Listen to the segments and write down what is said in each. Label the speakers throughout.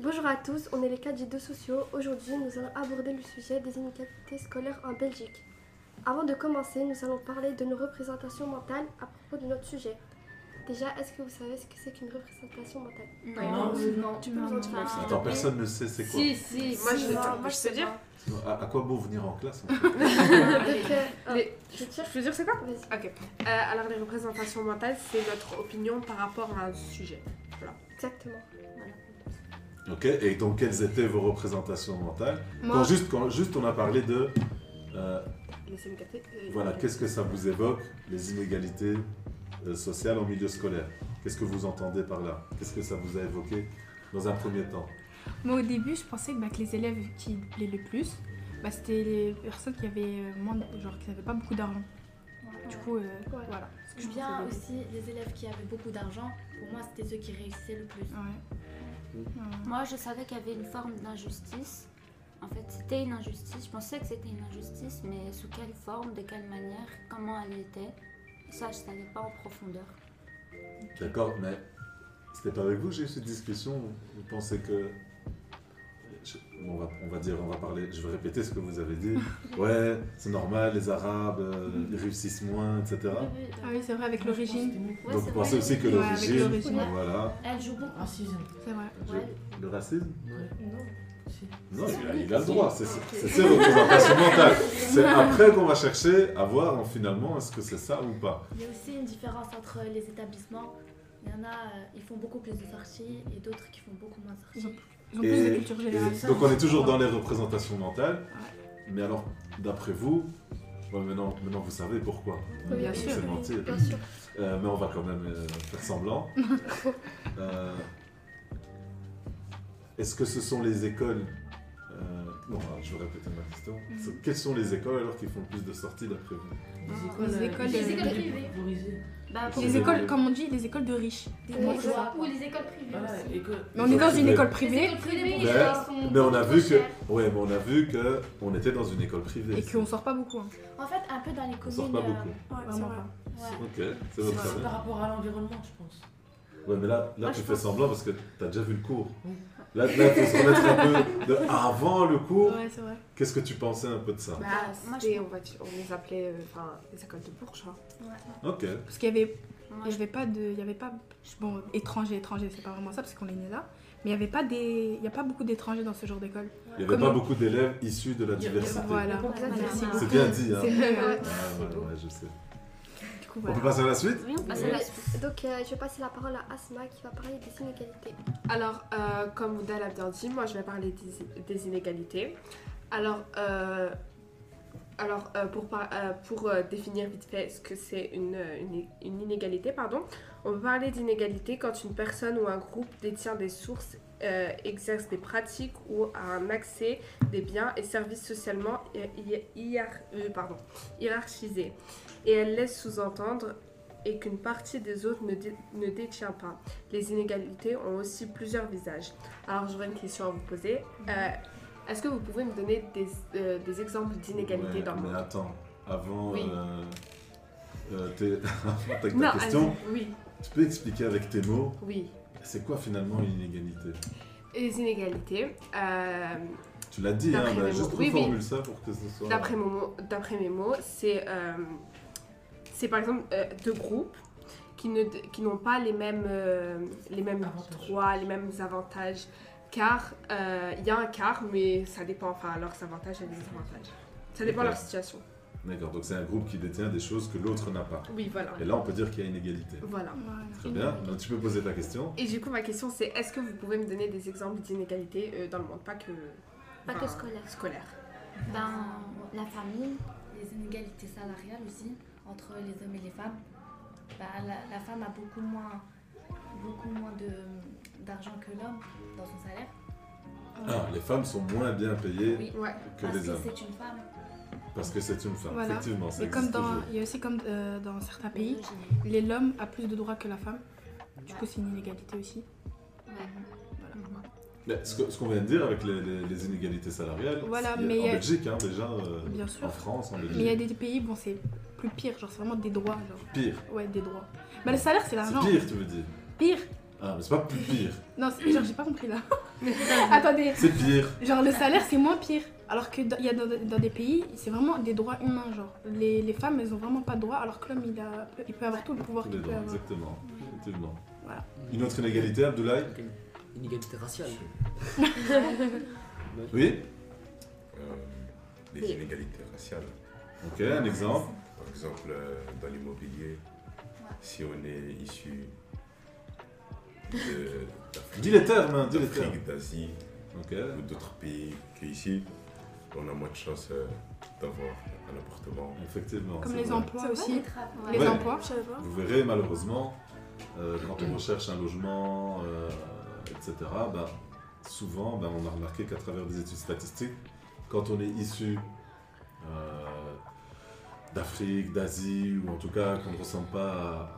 Speaker 1: Bonjour à tous, on est les 4 G2 sociaux. Aujourd'hui, nous allons aborder le sujet des inégalités scolaires en Belgique. Avant de commencer, nous allons parler de nos représentations mentales à propos de notre sujet. Déjà, est-ce que vous savez ce que c'est qu'une représentation mentale
Speaker 2: Non, non,
Speaker 1: Tu peux nous en dire
Speaker 2: non.
Speaker 1: plus
Speaker 3: Attends, personne ne sait c'est quoi.
Speaker 2: Si, si,
Speaker 4: Moi, je-
Speaker 1: Non,
Speaker 4: moi, je
Speaker 1: sais
Speaker 4: peux dire.
Speaker 1: pas.
Speaker 3: Sinon, à, à quoi bon venir en classe en fait
Speaker 1: Donc, euh, ah,
Speaker 4: Les-
Speaker 1: je tire
Speaker 4: Je veux dire, c'est quoi
Speaker 1: Vas-y.
Speaker 4: Ok. Euh, alors, les représentations mentales, c'est notre opinion par rapport à un sujet.
Speaker 1: Exactement.
Speaker 3: Ok, et donc quelles étaient vos représentations mentales Quand
Speaker 2: Moi,
Speaker 3: juste, quand juste on a parlé de. euh,
Speaker 4: Mais c'est une caté- euh, une
Speaker 3: voilà,
Speaker 4: caté-
Speaker 3: qu'est-ce que ça vous évoque, les inégalités euh, sociales en milieu scolaire Qu'est-ce que vous entendez par là Qu'est-ce que ça vous a évoqué dans un premier temps
Speaker 5: Moi, au début, je pensais que, bah, que les élèves qui plaisaient le plus, bah, c'était les personnes qui avaient euh, moins, de- genre qui n'avaient pas beaucoup d'argent. Du coup, euh,
Speaker 1: Ouais.
Speaker 5: voilà.
Speaker 6: Ou bien aussi les élèves qui avaient beaucoup d'argent, pour moi c'était ceux qui réussissaient le plus.
Speaker 5: Ouais. Ouais.
Speaker 7: Moi, je savais qu'il y avait une forme d'injustice. En fait, c'était une injustice. Je pensais que c'était une injustice, mais sous quelle forme, de quelle manière, comment elle était, ça, je savais pas en profondeur.
Speaker 3: D'accord, mais c'était pas avec vous que j'ai eu cette discussion. Vous pensez que. je- on, va, on va dire, on va parler. Je vais répéter ce que vous avez dit. Ouais, c'est normal, les Arabes, euh, ils réussissent moins, etc.
Speaker 5: Ah oui, c'est vrai, avec l'origine.
Speaker 6: Ouais,
Speaker 3: Donc
Speaker 6: c'est
Speaker 3: vous pensez
Speaker 6: vrai.
Speaker 3: aussi que
Speaker 5: Ouais, avec
Speaker 3: l'origine.
Speaker 5: l'origine.
Speaker 3: Voilà.
Speaker 6: Elle joue beaucoup.
Speaker 5: C'est vrai.
Speaker 3: Je-
Speaker 6: Ouais.
Speaker 3: Le racisme
Speaker 8: Non.
Speaker 3: Non, il a, il a le droit. C'est c'est ses représentations mentales. C'est après qu'on va chercher à voir hein, finalement est-ce que c'est ça ou pas.
Speaker 6: Il y a aussi une différence entre les établissements. Il y en a, euh, ils font beaucoup plus de sorties et d'autres qui font beaucoup moins de
Speaker 5: Ils ont
Speaker 6: sorties.
Speaker 5: Ils ont plus de culture générale. hein.
Speaker 3: et- donc on est toujours dans les représentations mentales. Mais alors, d'après vous, ouais, maintenant, maintenant vous savez pourquoi.
Speaker 1: Oui,
Speaker 2: Bien
Speaker 1: oui,
Speaker 2: sûr.
Speaker 3: C'est mentir.
Speaker 1: Bien sûr.
Speaker 3: Euh, mais on va quand même euh, faire semblant. Euh, Est-ce que ce sont les écoles euh, Non, alors, je vais répéter ma question. C'est- Quelles sont les écoles alors qui font le plus de sorties d'après vous
Speaker 5: Mhm. Les écoles,
Speaker 9: Les
Speaker 5: euh,
Speaker 9: écoles privées.
Speaker 7: Bah, pour-
Speaker 5: Les écoles, comme on dit, les écoles de riches.
Speaker 6: Des
Speaker 1: Oui,
Speaker 6: bourgeois,
Speaker 1: ça.
Speaker 9: Ou les écoles privées aussi.
Speaker 5: Mais on est dans une
Speaker 3: Privées.
Speaker 5: école
Speaker 9: Les
Speaker 5: privée
Speaker 9: écoles privées,
Speaker 3: Mais-
Speaker 9: elles sont
Speaker 3: Mais on a
Speaker 9: beaucoup
Speaker 3: vu
Speaker 9: trop
Speaker 3: que,
Speaker 9: chères.
Speaker 3: ouais, mais on a vu que on était dans une école privée.
Speaker 5: et qu'on sort pas beaucoup. hein.
Speaker 6: En fait, un peu dans les
Speaker 3: On sort
Speaker 6: communes.
Speaker 3: pas
Speaker 6: euh,
Speaker 3: beaucoup.
Speaker 6: ouais,
Speaker 5: Vraiment
Speaker 6: ouais.
Speaker 5: pas.
Speaker 6: Ouais.
Speaker 3: Ok, c'est votre avis.
Speaker 8: par rapport à l'environnement, je pense.
Speaker 3: Ouais, mais là, là
Speaker 5: Ah,
Speaker 6: Moi,
Speaker 3: tu
Speaker 6: je
Speaker 3: fais
Speaker 6: pense-
Speaker 3: semblant parce que t'as déjà vu le cours.
Speaker 8: Oui.
Speaker 3: Là, là, faut se remettre un peu de avant le cours.
Speaker 5: Ouais, c'est vrai.
Speaker 3: Qu'est-ce que tu pensais un peu de ça
Speaker 4: Bah,
Speaker 7: Moi,
Speaker 4: c'était-
Speaker 7: je-
Speaker 4: on, va, on les appelait euh, enfin, les écoles de hein. bourgeois.
Speaker 3: Ok.
Speaker 5: Parce qu'il y avait,
Speaker 7: moi,
Speaker 5: il y
Speaker 7: je-
Speaker 5: avait pas de, il y avait pas, bon, étrangers, étrangers, c'est pas vraiment ça parce qu'on est né là. Mais il y avait pas des, il y a pas beaucoup d'étrangers dans ce genre d'école.
Speaker 3: Il n'y avait
Speaker 5: Comment-
Speaker 3: pas beaucoup d'élèves issus de la
Speaker 8: Il y a-
Speaker 3: diversité.
Speaker 5: Voilà.
Speaker 1: Merci
Speaker 3: C'est bien dit, hein.
Speaker 5: C'est mieux. hein.
Speaker 3: Ouais, ouais, ouais, je sais.
Speaker 5: Du
Speaker 3: On
Speaker 5: coup, voilà.
Speaker 3: peut passer à la suite
Speaker 7: Oui, on passe à la suite.
Speaker 1: Donc, euh, je vais passer la parole à Asma qui va parler des inégalités.
Speaker 4: Alors, euh, comme vous l'a bien dit, moi je vais parler des, des inégalités. Alors, euh, alors euh, pour, par- euh, pour euh, définir vite fait ce que c'est une, euh, une- une inégalité, pardon, on peut parler d'inégalité quand une personne ou un groupe détient des sources, euh, exerce des pratiques ou a un accès des biens et services socialement hi- hi- hiérar- euh, pardon, hiérarchisés. Et elle laisse sous-entendre et qu'une partie des autres ne dé- ne détient pas. Les inégalités ont aussi plusieurs visages. Alors j'aurais une question à vous poser. Euh, Est-ce que vous pouvez me donner des, euh, des exemples d'inégalités
Speaker 3: Ouais,
Speaker 4: dans le
Speaker 3: Mais
Speaker 4: monde
Speaker 3: attends, avant,
Speaker 4: Oui.
Speaker 3: euh, euh, t'es- avant ta- ta question,
Speaker 4: allez-y. oui,
Speaker 3: tu peux expliquer avec tes mots,
Speaker 4: oui.
Speaker 3: c'est quoi finalement une inégalité
Speaker 4: Les inégalités, euh,
Speaker 3: Tu l'as dit, hein,
Speaker 4: D'après
Speaker 3: bah,
Speaker 4: mes
Speaker 3: juste
Speaker 4: mots. Oui, oui.
Speaker 3: reformule ça pour que ce soit...
Speaker 4: d'après mon mot- d'après mes mots, c'est euh, c'est par exemple euh, deux groupes qui ne qui n'ont pas les mêmes euh, les mêmes
Speaker 8: Avantages.
Speaker 4: droits, les mêmes avantages, car euh, il y a un quart, mais ça dépend enfin leurs avantages et les avantages. Ça dépend de leur situation.
Speaker 3: D'accord, donc c'est un groupe qui détient des choses que l'autre n'a pas.
Speaker 4: Oui, voilà.
Speaker 3: Et là, on peut dire qu'il y a inégalité.
Speaker 4: Voilà.
Speaker 5: Voilà.
Speaker 3: Très bien, maintenant tu peux poser ta question.
Speaker 4: Et du coup, ma question c'est est-ce que vous pouvez me donner des exemples d'inégalités euh, dans le monde Pas que.
Speaker 7: Pas que
Speaker 4: enfin,
Speaker 7: scolaire.
Speaker 4: Scolaire.
Speaker 7: Ben, la famille,
Speaker 6: Les inégalités salariales aussi entre les hommes et les femmes. Bah, la, la femme a beaucoup moins, beaucoup moins de- d'argent que l'homme dans son salaire.
Speaker 3: Ah, les femmes sont moins bien payées
Speaker 6: Oui.
Speaker 4: Ouais.
Speaker 3: que
Speaker 6: parce
Speaker 3: les
Speaker 6: que
Speaker 3: hommes,
Speaker 6: c'est une femme.
Speaker 3: parce que c'est une femme.
Speaker 5: Voilà.
Speaker 3: Effectivement, ça
Speaker 5: Et comme
Speaker 3: existe
Speaker 5: dans,
Speaker 3: toujours.
Speaker 5: il y a aussi comme euh, dans certains pays,
Speaker 6: Moi, j'ai-
Speaker 5: les l'homme a plus de droits que la femme. Du
Speaker 6: Ouais. Mhm.
Speaker 5: coup, c'est une inégalité aussi.
Speaker 3: Mais ce que- ce qu'on vient de dire avec les, les- les inégalités salariales,
Speaker 5: Voilà,
Speaker 3: il y a-
Speaker 5: mais
Speaker 3: en
Speaker 5: il y a-
Speaker 3: Belgique hein, déjà, euh,
Speaker 5: Bien sûr.
Speaker 3: en France, en
Speaker 5: Mais il y a
Speaker 3: Belgique,
Speaker 5: des pays, bon, c'est plus pire, genre c'est vraiment des droits, genre.
Speaker 3: pire.
Speaker 5: Ouais, des droits. Bah, le salaire, c'est l'argent.
Speaker 3: C'est pire, tu veux dire.
Speaker 5: Pire.
Speaker 3: Ah, mais c'est pas plus pire.
Speaker 5: Non, c'est- genre, j'ai pas compris là. Attendez,
Speaker 3: C'est pire.
Speaker 5: genre le salaire, c'est moins pire. Alors que dans, il y a dans, dans des pays, c'est vraiment des droits humains. Genre, les, les femmes, elles ont vraiment pas de droits, alors que l'homme, il, a- il peut avoir tout le pouvoir
Speaker 3: Tous les
Speaker 5: qu'il peut
Speaker 3: droits,
Speaker 5: avoir.
Speaker 3: exactement. Effectivement.
Speaker 5: Voilà.
Speaker 3: Une autre inégalité, Abdoulaye
Speaker 2: Inégalité raciale.
Speaker 3: Oui
Speaker 8: Euh, les
Speaker 4: Oui.
Speaker 8: inégalités raciales.
Speaker 3: Ok, un exemple.
Speaker 8: Par exemple, euh, dans l'immobilier, si on est issu de-
Speaker 3: Dis les
Speaker 8: d'Afrique,
Speaker 3: termes, hein, dis les termes.
Speaker 8: Euh, d'Afrique, d'Asie
Speaker 3: Ok.
Speaker 8: ou d'autres pays qu'ici, on a moins de chances euh, d'avoir un appartement.
Speaker 3: Effectivement.
Speaker 5: Comme
Speaker 3: c'est
Speaker 5: les
Speaker 3: vrai.
Speaker 5: emplois aussi.
Speaker 7: Ouais.
Speaker 5: Les
Speaker 3: Ouais.
Speaker 5: emplois.
Speaker 1: Je savais pas.
Speaker 3: Vous verrez malheureusement, euh, quand on recherche un logement, euh, etc., ben, souvent ben, on a remarqué qu'à travers des études statistiques, quand on est issu euh, d'Afrique, d'Asie, ou en tout cas qu'on ne ressemble pas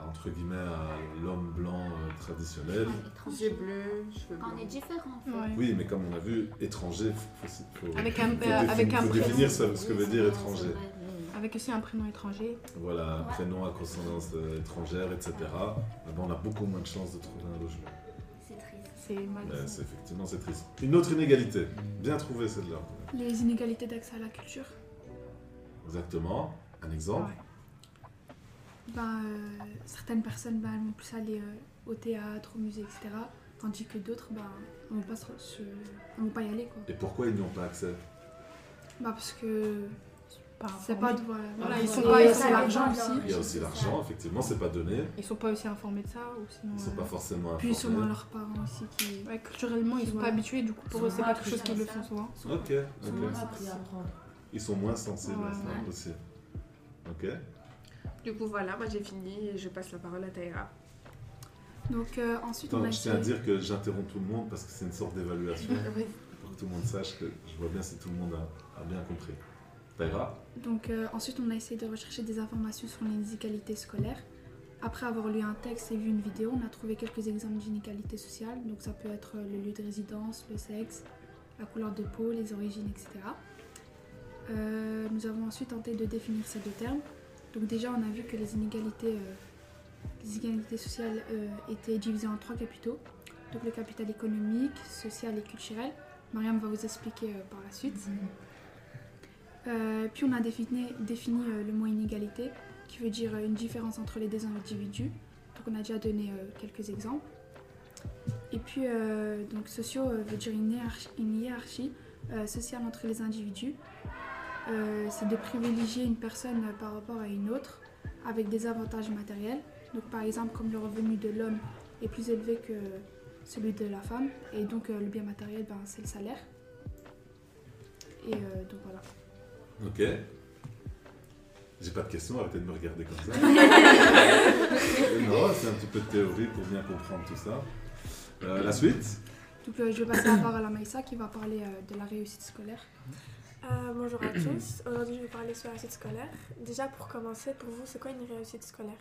Speaker 3: à, entre guillemets à l'homme blanc euh, traditionnel,
Speaker 7: Ouais, étranger.
Speaker 4: J'ai bleu, cheveux
Speaker 7: Quand
Speaker 4: blancs.
Speaker 7: on est différent. en fait.
Speaker 5: Ouais.
Speaker 3: oui, mais comme on a vu, étranger, faut, faut- faut-
Speaker 5: Avec un,
Speaker 3: faut
Speaker 5: euh, avec
Speaker 3: défini-
Speaker 5: un
Speaker 3: faut
Speaker 5: prénom.
Speaker 3: définir ce, ce que
Speaker 7: Oui,
Speaker 3: veut
Speaker 7: c'est
Speaker 3: dire
Speaker 7: vrai,
Speaker 3: étranger.
Speaker 7: c'est vrai, mais-
Speaker 5: Avec aussi un prénom étranger.
Speaker 3: Voilà,
Speaker 6: Ouais.
Speaker 3: prénom à consonance euh, étrangère, etc. Ben, on a beaucoup moins de chances de trouver un logement.
Speaker 6: C'est triste.
Speaker 5: C'est mal.
Speaker 3: Ouais, c'est effectivement c'est triste. Une autre inégalité, bien trouvée celle-là.
Speaker 9: Les inégalités d'accès à la culture.
Speaker 3: Exactement. Un exemple.
Speaker 9: Ben, euh, certaines personnes ben, elles vont plus aller euh, au théâtre, au musée, etc. Tandis que d'autres, ben, ne vont, pas se- se- elles vont pas y aller. Quoi.
Speaker 3: Et pourquoi ils n'y ont pas accès
Speaker 9: Ben, parce que c'est
Speaker 5: C'est
Speaker 9: pas
Speaker 5: pas.
Speaker 9: de. Voilà,
Speaker 5: Voilà, ils
Speaker 9: ils
Speaker 5: sont
Speaker 9: pas
Speaker 5: pas. Ils sont
Speaker 9: c'est
Speaker 5: pas,
Speaker 9: l'argent aussi.
Speaker 3: Il y a aussi l'argent, effectivement, c'est pas donné.
Speaker 5: ils sont pas aussi informés de ça. Ou sinon,
Speaker 3: Ils sont
Speaker 5: euh,
Speaker 3: pas forcément
Speaker 9: Puis sûrement
Speaker 3: informés.
Speaker 9: leurs parents aussi qui.
Speaker 5: ouais, culturellement, ils sont pas
Speaker 9: Voilà.
Speaker 5: habitués. Du coup, pour eux, c'est
Speaker 6: Souvent,
Speaker 5: pas quelque
Speaker 6: ils
Speaker 5: chose qu'ils le
Speaker 6: savent
Speaker 5: font souvent.
Speaker 3: Ok, ok. Ils sont moins sensibles à ça
Speaker 7: Ouais.
Speaker 3: aussi. Ok.
Speaker 4: Du coup, voilà, moi j'ai fini et je passe la parole à Taïra.
Speaker 9: Donc euh, ensuite, on
Speaker 3: Attends,
Speaker 9: a
Speaker 3: je tiens à
Speaker 9: dit-
Speaker 3: dire que j'interromps tout le monde parce que c'est une sorte d'évaluation
Speaker 4: Oui.
Speaker 3: pour que tout le monde sache que je vois bien si tout le monde a, a bien compris. Taïra
Speaker 9: Donc euh, ensuite, on a essayé de rechercher des informations sur les inégalités scolaires. Après avoir lu un texte et vu une vidéo, on a trouvé quelques exemples d'inégalités sociales. Donc ça peut être euh, le lieu de résidence, le sexe, la couleur de peau, les origines, etc. Euh, nous avons ensuite tenté de définir ces deux termes. Donc déjà, on a vu que les inégalités, euh, les inégalités sociales euh, étaient divisées en trois capitaux. Donc le capital économique, social et culturel. Mariam va vous expliquer euh, par la suite. Euh, puis on a défini, défini, euh, le mot inégalité, qui veut dire euh, une différence entre les deux individus. Donc on a déjà donné euh, quelques exemples. Et puis euh, donc sociaux euh, veut dire une hiérarchie, une hiérarchie, euh, sociale entre les individus. Euh, c'est de privilégier une personne euh, par rapport à une autre avec des avantages matériels. Donc par exemple comme le revenu de l'homme est plus élevé que celui de la femme et donc euh, le bien matériel ben, c'est le salaire. Et euh, donc voilà.
Speaker 3: Ok. J'ai pas de questions, arrêtez de me regarder comme ça. Euh, non, c'est un petit peu de théorie pour bien comprendre tout ça. Euh, la suite
Speaker 9: Donc euh, je vais passer la parole à Maïssa qui va parler euh, de la réussite scolaire.
Speaker 1: Euh, bonjour à tous. Aujourd'hui, je vais parler sur la réussite scolaire. Déjà, pour commencer, pour vous, c'est quoi une réussite scolaire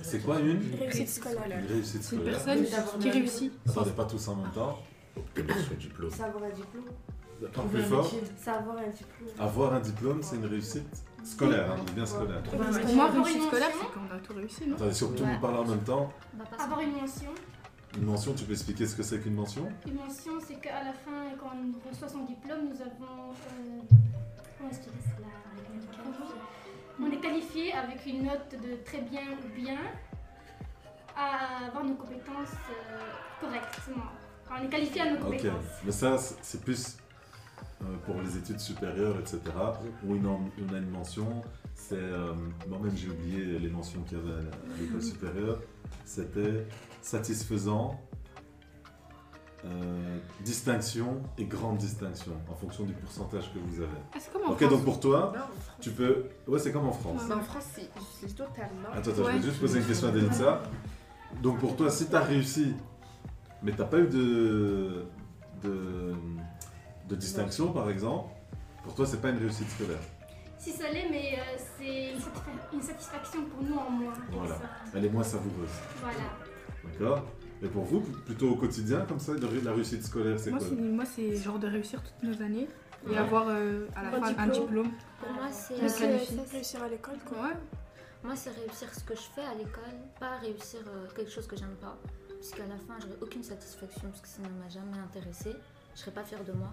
Speaker 3: C'est quoi une
Speaker 1: Une réussite scolaire.
Speaker 3: Une réussite
Speaker 5: C'est une
Speaker 3: scolaire.
Speaker 5: personne qui réussit.
Speaker 3: Attendez, pas tous en même temps.
Speaker 8: Obtention de diplôme.
Speaker 10: Savoir un diplôme.
Speaker 3: Parle plus fort.
Speaker 10: Savoir un diplôme.
Speaker 3: Avoir un diplôme, c'est une réussite scolaire, hein, on dit bien scolaire.
Speaker 5: Pour moi, réussite scolaire, c'est quand on a tout réussi, non
Speaker 3: Attendez, si tout le monde parle en même temps,
Speaker 7: On va pas se-
Speaker 10: Avoir une mention.
Speaker 3: une mention, tu peux expliquer ce que c'est qu'une mention
Speaker 10: Une mention, c'est qu'à la fin, quand on reçoit son diplôme, nous avons. euh, comment expliquer cela On est qualifié avec une note de très bien ou bien à avoir nos compétences euh, correctement. Enfin, on est qualifié à nos
Speaker 3: Ok,
Speaker 10: compétences.
Speaker 3: mais ça, c'est c'est plus euh, pour les études supérieures, etc., où une en- on a une mention. C'est. euh, Moi-même, j'ai oublié les mentions qu'il y avait à la- à
Speaker 5: Mhm.
Speaker 3: l'école supérieure. C'était satisfaisant, euh, distinction et grande distinction, en fonction du pourcentage que vous avez.
Speaker 5: Ah, c'est comme en
Speaker 3: Ok, donc
Speaker 5: France.
Speaker 3: pour toi,
Speaker 4: Non,
Speaker 3: tu peux. Ouais, c'est comme en France.
Speaker 4: Mais en France, c'est- c'est totalement.
Speaker 3: Attends, attends, je
Speaker 5: Ouais.
Speaker 3: vais juste poser une question à Delitza. Donc pour toi, si t'as réussi, mais t'as pas eu de, de, de distinction par exemple, pour toi c'est pas une réussite scolaire.
Speaker 10: Si ça l'est, mais euh, c'est une, satisfa- une satisfaction pour nous en moins. en
Speaker 3: Voilà.
Speaker 10: sorte.
Speaker 3: Elle est moins savoureuse.
Speaker 10: Voilà.
Speaker 3: D'accord Et pour vous, plutôt au quotidien comme ça, de la réussite scolaire c'est
Speaker 5: Moi,
Speaker 3: quoi
Speaker 5: c'est- Moi, c'est genre de réussir toutes nos années et
Speaker 3: Ouais.
Speaker 5: avoir euh, à la
Speaker 1: Un
Speaker 5: fin un
Speaker 1: diplôme.
Speaker 5: diplôme.
Speaker 7: Pour moi, c'est
Speaker 5: Mais
Speaker 7: euh,
Speaker 5: c'est- qualifie.
Speaker 1: réussir à l'école, quoi.
Speaker 5: Ouais.
Speaker 7: moi, c'est réussir ce que je fais à l'école, pas réussir euh, quelque chose que j'aime pas. puisqu'à la fin, j'aurai aucune satisfaction, parce que ça ne m'a jamais intéressée. Je serai pas fière de moi.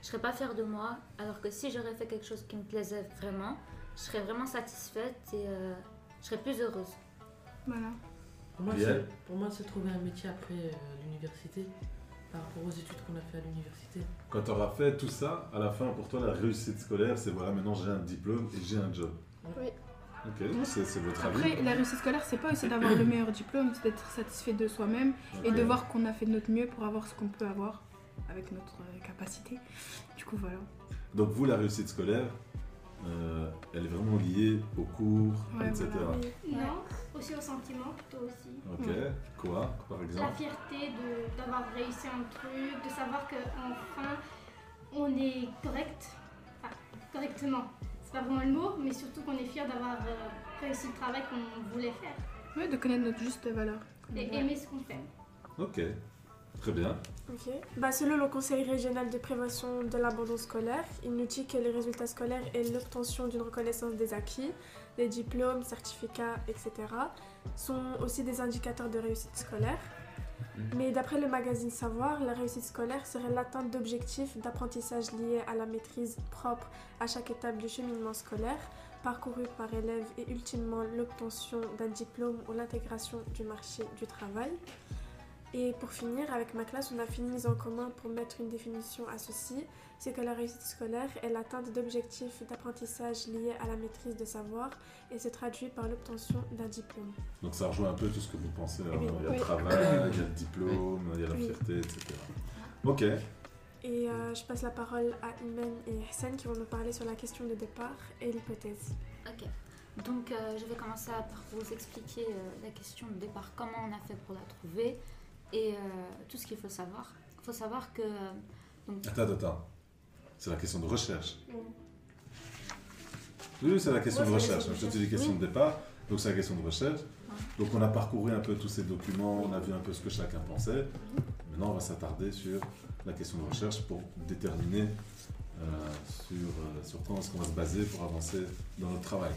Speaker 7: Je serai pas fière de moi, alors que si j'aurais fait quelque chose qui me plaisait vraiment, je serais vraiment satisfaite et euh, je serais plus heureuse.
Speaker 9: Voilà.
Speaker 2: Pour moi,
Speaker 3: Bien.
Speaker 2: c'est- pour moi, c'est trouver un métier après euh, l'université, par rapport aux études qu'on a fait à l'université.
Speaker 3: Quand tu auras fait tout ça, à la fin, pour toi, la réussite scolaire, c'est voilà, maintenant j'ai un diplôme et j'ai un job.
Speaker 1: Oui.
Speaker 3: Ok, donc c'est c'est votre avis.
Speaker 5: Après, la réussite scolaire, c'est pas aussi d'avoir le meilleur diplôme, c'est d'être satisfait de soi-même et
Speaker 3: Ok.
Speaker 5: de voir qu'on a fait de notre mieux pour avoir ce qu'on peut avoir avec notre euh, capacité. Du coup, voilà.
Speaker 3: Donc, vous, la réussite scolaire, euh, elle est vraiment liée aux cours,
Speaker 5: Ouais,
Speaker 3: etc.
Speaker 10: bah
Speaker 5: voilà.
Speaker 10: Non, aussi au sentiment, plutôt aussi.
Speaker 3: Ok,
Speaker 10: Mm.
Speaker 3: quoi, par
Speaker 10: La
Speaker 3: exemple
Speaker 10: fierté de- d'avoir réussi un truc, de savoir qu'enfin on est correct, enfin, correctement. C'est pas vraiment le mot, mais surtout qu'on est fier d'avoir euh, réussi le travail qu'on voulait faire
Speaker 5: Ouais, de connaître notre juste valeur.
Speaker 10: et
Speaker 5: Ouais.
Speaker 10: aimer ce qu'on fait.
Speaker 3: Ok, très bien.
Speaker 11: Ok. Bah, selon le Conseil régional de prévention de l'abandon scolaire, il nous dit que les résultats scolaires et l'obtention d'une reconnaissance des acquis, les diplômes, certificats, etc., sont aussi des indicateurs de réussite scolaire. Mais d'après le magazine Savoir, la réussite scolaire serait l'atteinte d'objectifs d'apprentissage liés à la maîtrise propre à chaque étape du cheminement scolaire, parcouru par élève et ultimement l'obtention d'un diplôme ou l'intégration du marché du travail. Et pour finir, avec ma classe, on a fini mise en commun pour mettre une définition à ceci c'est que la réussite scolaire est l'atteinte d'objectifs d'apprentissage liés à la maîtrise de savoir et se traduit par l'obtention d'un diplôme.
Speaker 3: Donc, ça rejoint un peu tout ce que vous pensez. hein.
Speaker 11: Oui.
Speaker 3: Il y a le
Speaker 11: Oui.
Speaker 3: travail, il y a le diplôme, il y a la
Speaker 11: Oui.
Speaker 3: fierté, etc. Ok,
Speaker 11: Et euh, je passe la parole à Imen et Hassan qui vont nous parler sur la question de départ et l'hypothèse.
Speaker 7: Ok. Donc, euh, je vais commencer à- par vous expliquer euh, la question de départ, comment on a fait pour la trouver et euh, tout ce qu'il faut savoir. Il faut savoir que. euh, donc,
Speaker 3: attends, attends, attends. C'est la question de recherche. Oui, oui, c'est la question
Speaker 7: Moi,
Speaker 3: de
Speaker 7: c'est la
Speaker 3: recherche.
Speaker 7: question de
Speaker 3: Je te dis
Speaker 7: recherche.
Speaker 3: question
Speaker 7: Oui.
Speaker 3: de départ, donc c'est la question de recherche. Donc on a parcouru un peu tous ces documents, on a vu un peu ce que chacun
Speaker 7: Mhm.
Speaker 3: pensait. Maintenant, on va s'attarder sur la question de recherche pour déterminer euh, sur, euh, sur quoi est-ce qu'on va se baser pour avancer dans notre travail.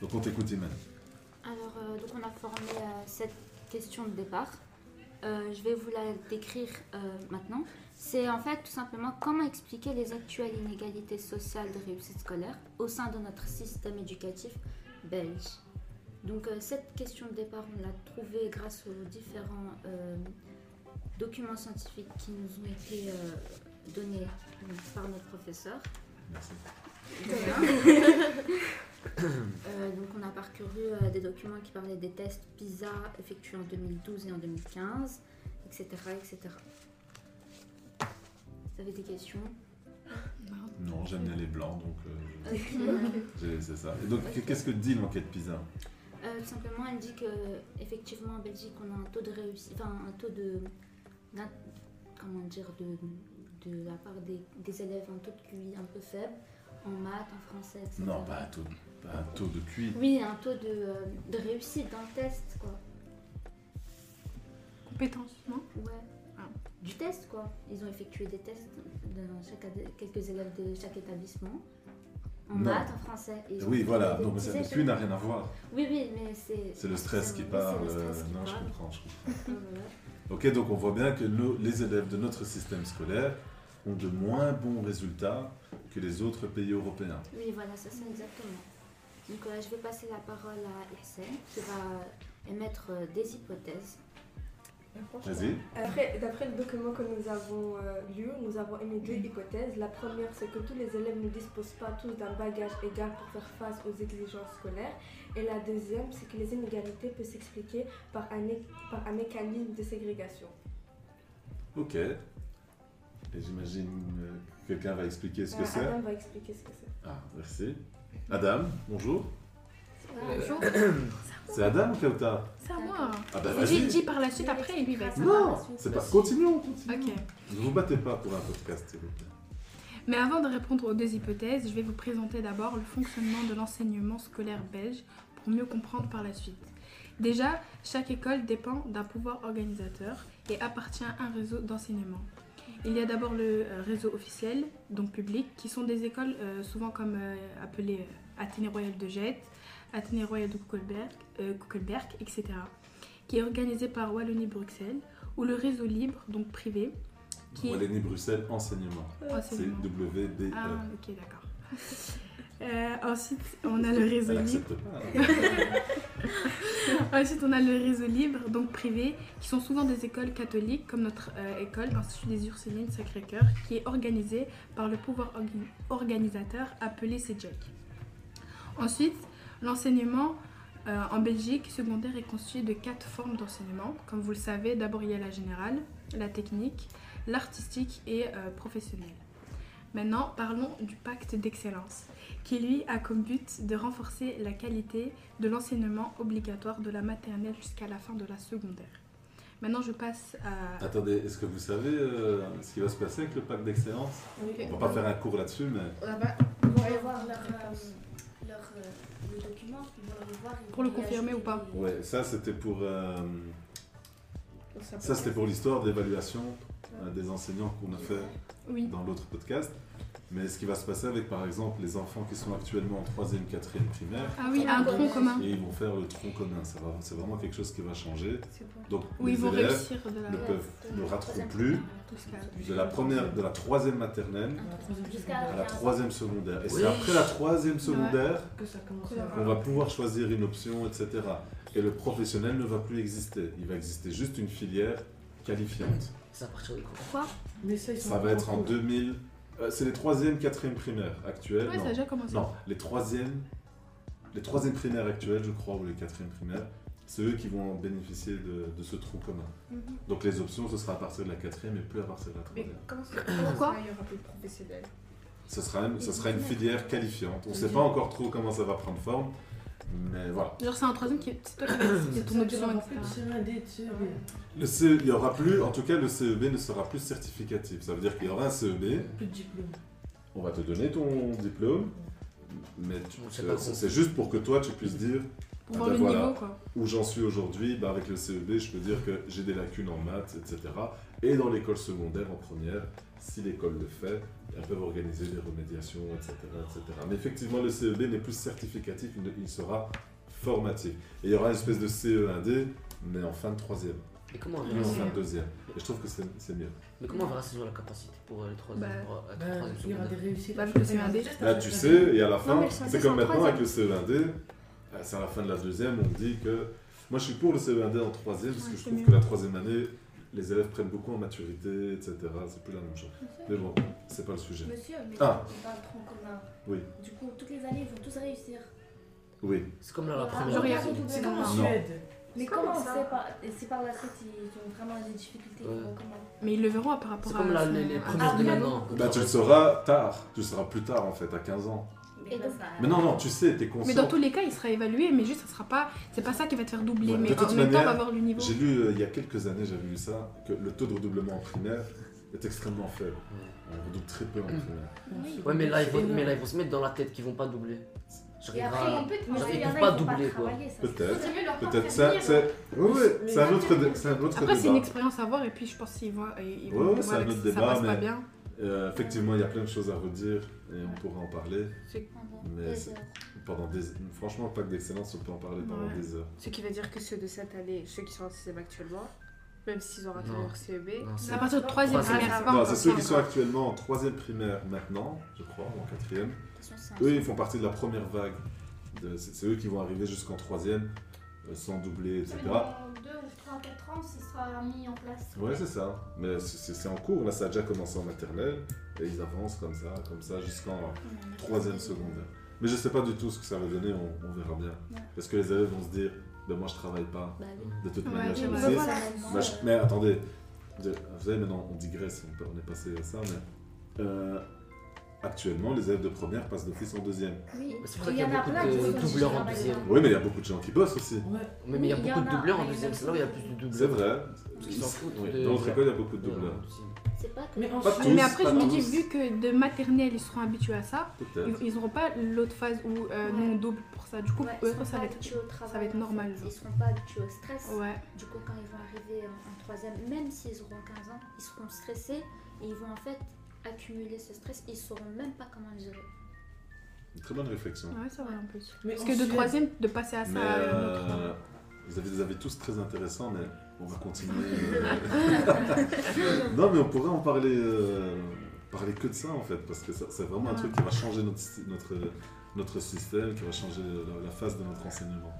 Speaker 3: Donc on t'écoute, Imen.
Speaker 7: Alors, euh, donc on a formé euh, cette question de départ. Euh, je vais vous la décrire euh, maintenant. C'est en fait tout simplement comment expliquer les actuelles inégalités sociales de réussite scolaire au sein de notre système éducatif belge. Donc euh, cette question de départ, on l'a trouvée grâce aux différents euh, documents scientifiques qui nous ont été euh, donnés donc, par notre professeur.
Speaker 3: Merci.
Speaker 7: De rien. Euh, donc on a parcouru euh, des documents qui parlaient des tests PISA effectués en 2012 et en 2015, etc. etc. Vous avez des questions
Speaker 3: Non, j'aime bien les blancs, donc euh,
Speaker 7: Ok.
Speaker 3: j'ai- c'est ça. Et donc qu'est-ce que dit l'enquête PISA
Speaker 7: Euh, tout simplement, elle dit que effectivement en Belgique, on a un taux de réussite, enfin un taux de, d'in- comment dire, de, de la part des, des élèves, un taux de QI un peu faible en maths, en français, etc.
Speaker 3: Non, bah, pas un, taux, pas un taux de QI.
Speaker 7: Oui, un taux de, euh, de réussite dans le test, quoi.
Speaker 5: Compétence, non Ah.
Speaker 7: Ouais. Du test, quoi. Ils ont effectué des tests dans chaque ad- quelques élèves de chaque établissement. En
Speaker 3: Non.
Speaker 7: maths, en français. et ils ont
Speaker 3: Oui,
Speaker 7: fait
Speaker 3: voilà,
Speaker 7: des
Speaker 3: donc
Speaker 7: petits
Speaker 3: le
Speaker 7: échecs.
Speaker 3: QI n'a rien à voir.
Speaker 7: Oui, oui, mais c'est.
Speaker 3: C'est le stress qui
Speaker 7: oui,
Speaker 3: parle.
Speaker 7: c'est le stress
Speaker 3: euh,
Speaker 7: qui
Speaker 3: non, je
Speaker 7: parle.
Speaker 3: comprends, je comprends.
Speaker 7: Voilà.
Speaker 3: Mhm. Ok, donc on voit bien que nos- les élèves de notre système scolaire ont de moins bons résultats que les autres pays européens.
Speaker 7: Oui, voilà, c'est ça exactement. Donc euh, je vais passer la parole à Yassine qui va euh, émettre euh, des hypothèses.
Speaker 3: Vas-y.
Speaker 12: Après, d'après le document que nous avons euh, lu, nous avons émis deux hypothèses. La première, c'est que tous les élèves ne disposent pas tous d'un bagage égal pour faire face aux exigences scolaires. Et la deuxième, c'est que les inégalités peuvent s'expliquer par un, é- par un mécanisme de ségrégation.
Speaker 3: Ok. Et j'imagine euh, que quelqu'un va expliquer ce que
Speaker 12: Euh,
Speaker 3: c'est.
Speaker 12: Adam va expliquer ce que c'est.
Speaker 3: Ah, merci. Adam, bonjour.
Speaker 5: Bonjour.
Speaker 3: C'est Adam ou Kauta
Speaker 5: C'est à moi.
Speaker 3: Ah bah
Speaker 5: Et J'ai
Speaker 3: vas-y.
Speaker 5: dit par la suite après et lui va
Speaker 3: Non, c'est pas. Continuons, continuons.
Speaker 5: Ok.
Speaker 3: Ne vous battez pas pour un podcast, s'il vous plaît.
Speaker 5: Mais avant de répondre aux deux hypothèses, je vais vous présenter d'abord le fonctionnement de l'enseignement scolaire belge pour mieux comprendre par la suite. Déjà, chaque école dépend d'un pouvoir organisateur et appartient à un réseau d'enseignement. Il y a d'abord le euh, réseau officiel, donc public, qui sont des écoles euh, souvent comme euh, appelées euh, Athénée Royale de Jette, Athénée Royale de Kuckelberg, euh, Kuckelberg, etc., qui est organisée par Wallonie-Bruxelles ou le réseau libre, donc privé, qui est
Speaker 3: Wallonie-Bruxelles Enseignement.
Speaker 5: Ah, c'est
Speaker 3: C'est
Speaker 5: bon.
Speaker 3: WBE.
Speaker 5: Ah, ok, d'accord. Euh, ensuite, on a le réseau
Speaker 3: Elle
Speaker 5: libre.
Speaker 3: accepte pas. hein.
Speaker 5: ensuite, on a le réseau libre, donc privé, qui sont souvent des écoles catholiques, comme notre euh, école, l'Institut des Ursulines Sacré-Cœur, qui est organisée par le pouvoir orgi- organisateur appelé CEJEC. Ensuite, l'enseignement euh, en Belgique secondaire est constitué de quatre formes d'enseignement. Comme vous le savez, d'abord il y a la générale, la technique, l'artistique et euh, professionnelle. Maintenant, parlons du pacte d'excellence, qui lui a comme but de renforcer la qualité de l'enseignement obligatoire de la maternelle jusqu'à la fin de la secondaire. Maintenant, je passe à...
Speaker 3: Attendez, est-ce que vous savez euh, ce qui va se passer avec le pacte d'excellence
Speaker 6: Oui.
Speaker 3: On va pas faire un cours là-dessus, mais
Speaker 6: Ils vont revoir leur, euh, leur, euh, le document, ils vont le revoir. ils
Speaker 5: Pour le
Speaker 6: vont y
Speaker 5: confirmer
Speaker 6: ajouter
Speaker 5: ou pas
Speaker 6: des-
Speaker 3: ouais, ça c'était pour euh, ça c'était pour l'histoire d'évaluation euh, des enseignants qu'on a fait
Speaker 5: Oui.
Speaker 3: dans l'autre podcast. Mais ce qui va se passer avec par exemple les enfants qui sont actuellement en 3e, 4e primaire.
Speaker 5: Ah oui, un tronc commun.
Speaker 3: Et ils vont faire le tronc commun. Ça va- C'est vraiment quelque chose qui va changer. Donc
Speaker 5: Oui,
Speaker 3: les
Speaker 5: ils vont
Speaker 3: élèves
Speaker 5: réussir de la-
Speaker 3: ne, peuvent,
Speaker 5: de
Speaker 3: ne
Speaker 5: la
Speaker 3: rateront
Speaker 5: troisième
Speaker 3: plus
Speaker 5: primaire.
Speaker 3: de la première, de la troisième maternelle
Speaker 6: Jusqu'à
Speaker 3: à la troisième secondaire.
Speaker 2: Oui.
Speaker 3: Et c'est après la troisième secondaire
Speaker 2: Que ça commence
Speaker 3: qu'on va pouvoir choisir une option, etc. Et le professionnel ne va plus exister. Il va exister juste une filière qualifiante.
Speaker 13: Ça partir de
Speaker 5: Pourquoi
Speaker 2: Mais ça, ils sont
Speaker 3: Ça
Speaker 2: encore
Speaker 3: va être en
Speaker 2: cool.
Speaker 3: 2000. euh, c'est les troisième, quatrième primaires actuelles.
Speaker 5: Ouais, ça a
Speaker 3: non.
Speaker 5: déjà commencé.
Speaker 3: Non, les troisièmes, les troisièmes primaires actuelles, je crois, ou les quatrièmes primaires, c'est eux qui vont bénéficier de, de ce trou commun.
Speaker 4: Mhm.
Speaker 3: Donc les options, ce sera à partir de la quatrième et plus à partir de la
Speaker 4: Mais
Speaker 3: troisième.
Speaker 4: comment ça
Speaker 5: Pourquoi
Speaker 4: Il y aura plus de professionnels.
Speaker 3: Ce sera, une- ce sera une filière qualifiante. On ne sait
Speaker 5: Ok.
Speaker 3: pas encore trop comment ça va prendre forme, mais voilà.
Speaker 5: Genre, c'est un troisième qui... C'est toi qui vas décider ton option, etc.
Speaker 3: Le CE, il y aura plus, en tout cas, le CEB ne sera plus certificatif. Ça veut dire qu'il y aura un E CEB,
Speaker 2: Plus de diplôme.
Speaker 3: on va te donner ton diplôme, mais tu-
Speaker 2: sait
Speaker 3: c'est-
Speaker 2: pas
Speaker 3: c'est
Speaker 2: quoi.
Speaker 3: c'est juste pour que toi, tu puisses dire
Speaker 5: Pour
Speaker 3: ah
Speaker 5: voir
Speaker 3: ben
Speaker 5: le niveau, quoi.
Speaker 3: où j'en suis aujourd'hui, bah, avec le CEB, je peux dire que j'ai des lacunes en maths, etc. Et dans l'école secondaire, en première, si l'école le fait, elles peuvent organiser des remédiations, etc. etc. Mais effectivement, le CEB n'est plus certificatif, il ne- il sera formatif. Et il y aura une espèce de CE1D, mais en fin de troisième.
Speaker 13: Et comment on
Speaker 3: Et
Speaker 13: verra
Speaker 3: en
Speaker 13: ça
Speaker 3: fin de deuxième. Et je trouve que c'est c'est mieux.
Speaker 13: Mais comment on verra ces gens la capacité pour euh, les trois
Speaker 5: Bah,
Speaker 13: pour, euh,
Speaker 2: bah,
Speaker 13: troisième
Speaker 2: il y aura
Speaker 13: secondaire
Speaker 2: des réussites.
Speaker 5: Bah, parce que c'est un des-
Speaker 3: Là, tu sais, et à la
Speaker 5: Non,
Speaker 3: fin,
Speaker 5: mais le CE1D,
Speaker 3: c'est
Speaker 5: c'est en
Speaker 3: comme maintenant
Speaker 5: troisième.
Speaker 3: avec le CE1D, euh, c'est à la fin de la deuxième, on dit que. Moi, je suis pour le CE1D en troisième, parce
Speaker 5: Ouais,
Speaker 3: que je
Speaker 5: c'est
Speaker 3: trouve
Speaker 5: mieux.
Speaker 3: que la troisième année, les élèves prennent beaucoup en maturité, etc. C'est plus la même chose. Mais bon, c'est pas le sujet.
Speaker 6: Monsieur, mais
Speaker 3: Ah,
Speaker 6: on parle tronc commun.
Speaker 3: Oui.
Speaker 6: Du coup, toutes les années, ils vont tous réussir. Ah,
Speaker 3: oui.
Speaker 13: C'est comme la, la
Speaker 6: Voilà.
Speaker 13: première.
Speaker 6: Genre, il y a-
Speaker 13: année.
Speaker 6: C'est comme en
Speaker 3: Non.
Speaker 6: Suède. Mais
Speaker 10: C'est comment
Speaker 6: comment
Speaker 10: ça
Speaker 6: c'est par... et si par la suite ils ont vraiment des difficultés ils vont comment
Speaker 5: Mais ils le verront par rapport
Speaker 13: C'est
Speaker 5: à...
Speaker 13: comme la-
Speaker 5: son-
Speaker 13: les- les
Speaker 5: à son
Speaker 13: premières de
Speaker 5: niveau.
Speaker 13: maintenant.
Speaker 3: Bah, tu le sauras tard. Tu le sauras plus tard, en fait, à 15 ans.
Speaker 6: Et donc,
Speaker 3: Mais non, non, tu sais, t'es conscient.
Speaker 5: Ah, Mais dans tous les cas, il sera évalué, mais juste, ça sera pas. C'est pas ça qui va te faire doubler.
Speaker 3: Ouais,
Speaker 5: mais
Speaker 3: de
Speaker 5: en
Speaker 3: toute
Speaker 5: même temps, on va
Speaker 3: manière,
Speaker 5: voir le niveau.
Speaker 3: J'ai lu euh, il y a quelques années, j'avais lu ça, que le taux de redoublement en primaire est extrêmement faible. On redouble très peu en primaire.
Speaker 6: Oui.
Speaker 13: Hum. Ouais, mais là, ils vont,
Speaker 6: C'est
Speaker 13: mais là, ils vont se mettre dans la tête qu'ils vont pas doubler. Genre,
Speaker 6: Et après,
Speaker 13: ils vont-
Speaker 6: on peut-
Speaker 13: genre, ils
Speaker 6: mais il y en a,
Speaker 13: peuvent
Speaker 6: ils
Speaker 13: pas
Speaker 6: vont pas
Speaker 13: doubler quoi.
Speaker 6: travailler, ça.
Speaker 3: Peut-être.
Speaker 6: Faudrait mieux leur faire
Speaker 3: Peut-être ça.
Speaker 6: venir.
Speaker 3: c'est- Oui, oui, c'est un autre, dé- c'est un autre
Speaker 5: Après, c'est une
Speaker 3: débat.
Speaker 5: expérience à voir, et puis je pense qu'ils vont. Ils
Speaker 3: Ouais,
Speaker 5: vont
Speaker 3: ouais, c'est
Speaker 5: voir
Speaker 3: un
Speaker 5: que
Speaker 3: autre
Speaker 5: ça
Speaker 3: débat,
Speaker 5: passe pas
Speaker 3: mais
Speaker 5: bien.
Speaker 3: euh, effectivement, il y a plein de choses à redire et on pourra en parler.
Speaker 4: C'est-
Speaker 3: Mais
Speaker 4: Des
Speaker 3: c'est-
Speaker 4: heures.
Speaker 3: pendant des... franchement, le pacte d'excellence, on peut en parler pendant
Speaker 4: Ouais.
Speaker 3: des heures.
Speaker 4: Ce qui veut dire que ceux de cette année, ceux qui sont en 6 actuellement, même s'ils ont raté
Speaker 3: Non.
Speaker 4: leur E CEB,
Speaker 3: Non, c'est-
Speaker 5: À partir de troisième
Speaker 4: Troisième.
Speaker 5: primaire, c'est pas
Speaker 3: Non,
Speaker 5: encore
Speaker 3: c'est ceux
Speaker 5: ça,
Speaker 3: qui sont
Speaker 5: encore.
Speaker 3: actuellement en troisième primaire maintenant, je crois, ou en quatrième.
Speaker 5: Attention, c'est un
Speaker 3: Eux,
Speaker 5: son.
Speaker 3: ils font partie de la première vague. De- C'est c'est eux qui vont arriver jusqu'en troisième, euh, sans doubler, etc.
Speaker 10: Dans 2 ou 3 4 ans, ce sera mis en place.
Speaker 3: Ouais, c'est ça. Mais c'est- c'est c'est en cours. Là, ça a déjà commencé en maternelle. Et ils avancent comme ça, comme ça, jusqu'en troisième secondaire. Mais je sais pas du tout ce que ça va donner. On, on verra bien.
Speaker 6: Ouais.
Speaker 3: Parce que les élèves vont se dire ben, Moi, je travaille pas.
Speaker 6: Bah oui.
Speaker 3: De toute
Speaker 6: Ouais,
Speaker 3: manière,
Speaker 6: oui,
Speaker 3: je
Speaker 6: bah
Speaker 3: le sais.
Speaker 6: voilà.
Speaker 3: Bah, je- Mais attendez. Je- Vous savez, maintenant, on digresse. On, peut- on est passé à ça. Mais euh, actuellement, les élèves de première passent d'office en deuxième.
Speaker 6: Oui,
Speaker 13: C'est pour ça qu'il
Speaker 6: il y
Speaker 13: y a
Speaker 6: en a
Speaker 13: beaucoup
Speaker 6: plein qui
Speaker 13: de
Speaker 6: sont
Speaker 13: doubleurs en
Speaker 6: jusqu'à
Speaker 13: deuxième.
Speaker 6: maintenant.
Speaker 3: Oui, mais il y a beaucoup de gens qui bossent aussi.
Speaker 13: Mais mais il y a
Speaker 6: hein. Oui, il y
Speaker 13: beaucoup de
Speaker 6: en a,
Speaker 13: doubleurs en
Speaker 6: mais il y en a
Speaker 13: deuxième. C'est là où il y a plus de doubleurs.
Speaker 3: C'est vrai.
Speaker 13: Parce qu'ils s'en foutent
Speaker 3: Oui,
Speaker 13: de-
Speaker 3: Dans notre école, il y a beaucoup de doubleurs.
Speaker 7: C'est pas
Speaker 2: Mais
Speaker 3: Pas tous,
Speaker 5: mais après,
Speaker 3: pas
Speaker 5: je me
Speaker 3: tous.
Speaker 5: dis, vu que de maternelle, ils seront habitués à ça,
Speaker 3: Peut-être.
Speaker 5: ils, ils auront pas l'autre phase où euh, nous on double pour ça. Du coup,
Speaker 7: Ouais,
Speaker 5: pour
Speaker 7: ils
Speaker 5: eux,
Speaker 7: seront
Speaker 5: ça,
Speaker 7: pas
Speaker 5: va être,
Speaker 7: habitués au travail,
Speaker 5: ça va être
Speaker 7: en
Speaker 5: normal.
Speaker 7: fait. Ils seront pas habitués au stress.
Speaker 5: Ouais.
Speaker 7: Du coup, quand ils vont arriver en, en troisième, même s'ils auront 15 ans, ils seront stressés et ils vont en fait accumuler ce stress. Ils sauront même pas comment le gérer.
Speaker 3: Une très bonne réflexion.
Speaker 5: Ouais, ça va un peu.
Speaker 7: Mais
Speaker 5: Parce
Speaker 7: en
Speaker 5: que de
Speaker 7: Suède-
Speaker 5: troisième, de passer à ça
Speaker 3: Mais
Speaker 5: à un autre.
Speaker 3: euh, vous avez des avis tous très intéressants, mais on va continuer. euh, non, mais on pourrait en parler, euh, parler que de ça en fait, parce que ça, c'est vraiment un
Speaker 5: Ouais.
Speaker 3: truc qui va changer notre, sy- notre, notre système, qui va changer la, la face de notre enseignement.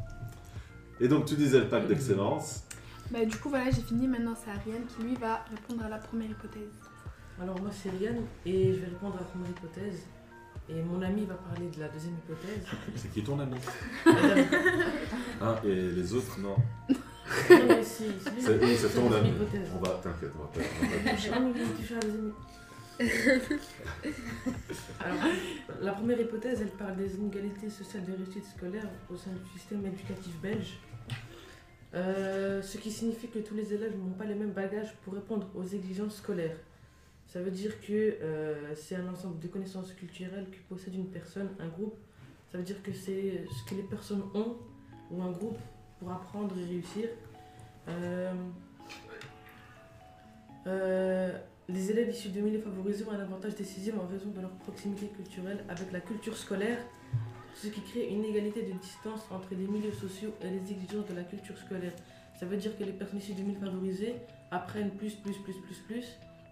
Speaker 3: Et donc, tu disais le pacte d'excellence.
Speaker 5: Bah, du coup, voilà, j'ai fini. Maintenant, c'est Ariane qui, lui, va répondre à la première hypothèse.
Speaker 2: Alors moi c'est Rianne et je vais répondre à la première hypothèse. Et mon ami va parler de la deuxième hypothèse.
Speaker 3: C'est qui ton ami Hein, Et les autres, non.
Speaker 2: Oui, si, si.
Speaker 3: C'est oui, c'est
Speaker 2: C'est
Speaker 3: ton
Speaker 2: une
Speaker 3: ami.
Speaker 2: hypothèse.
Speaker 3: On va, t'inquiète, on va pas. on va pas toucher.
Speaker 2: Ah, mais oui, tu fais la deuxième. Alors, la première hypothèse, elle parle des inégalités sociales de réussite scolaire au sein du système éducatif belge. Euh, ce qui signifie que tous les élèves n'ont pas les mêmes bagages pour répondre aux exigences scolaires. Ça veut dire que euh, c'est un ensemble de connaissances culturelles que possède une personne, un groupe. Ça veut dire que c'est ce que les personnes ont ou un groupe pour apprendre et réussir. Euh, euh, les élèves issus de milieux favorisés ont un avantage décisif en raison de leur proximité culturelle avec la culture scolaire, ce qui crée une égalité de distance entre les milieux sociaux et les exigences de la culture scolaire. Ça veut dire que les personnes issues de milieux favorisés apprennent plus, plus, plus, plus, plus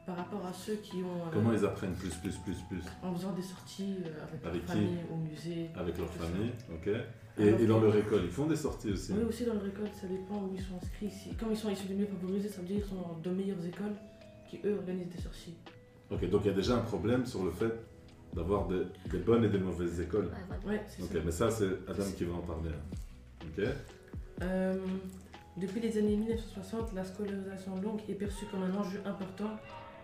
Speaker 2: par rapport à ceux qui ont. euh,
Speaker 3: Comment ils apprennent plus, plus, plus, plus
Speaker 2: En faisant des sorties euh, avec,
Speaker 3: Avec
Speaker 2: leur
Speaker 3: qui
Speaker 2: famille, au musée.
Speaker 3: Avec leur
Speaker 2: tout ça.
Speaker 3: famille, ok. Et,
Speaker 2: Alors
Speaker 3: et dans
Speaker 2: que-
Speaker 3: leur école, ils font des sorties aussi.
Speaker 2: Oui, aussi dans le récolte, ça dépend où ils sont inscrits. Si- Comme ils sont issus de milieux favorisés, ça veut dire qu'ils sont dans de meilleures écoles qui, eux, organisent des sorties.
Speaker 3: Ok, donc il y a déjà un problème sur le fait d'avoir des, des bonnes et des mauvaises écoles.
Speaker 2: Ouais, c'est
Speaker 3: Ok,
Speaker 2: ça.
Speaker 3: mais ça, c'est Adam qui va en parler. hein. Ok
Speaker 2: Euh, depuis les années 1960, la scolarisation longue est perçue comme un enjeu important,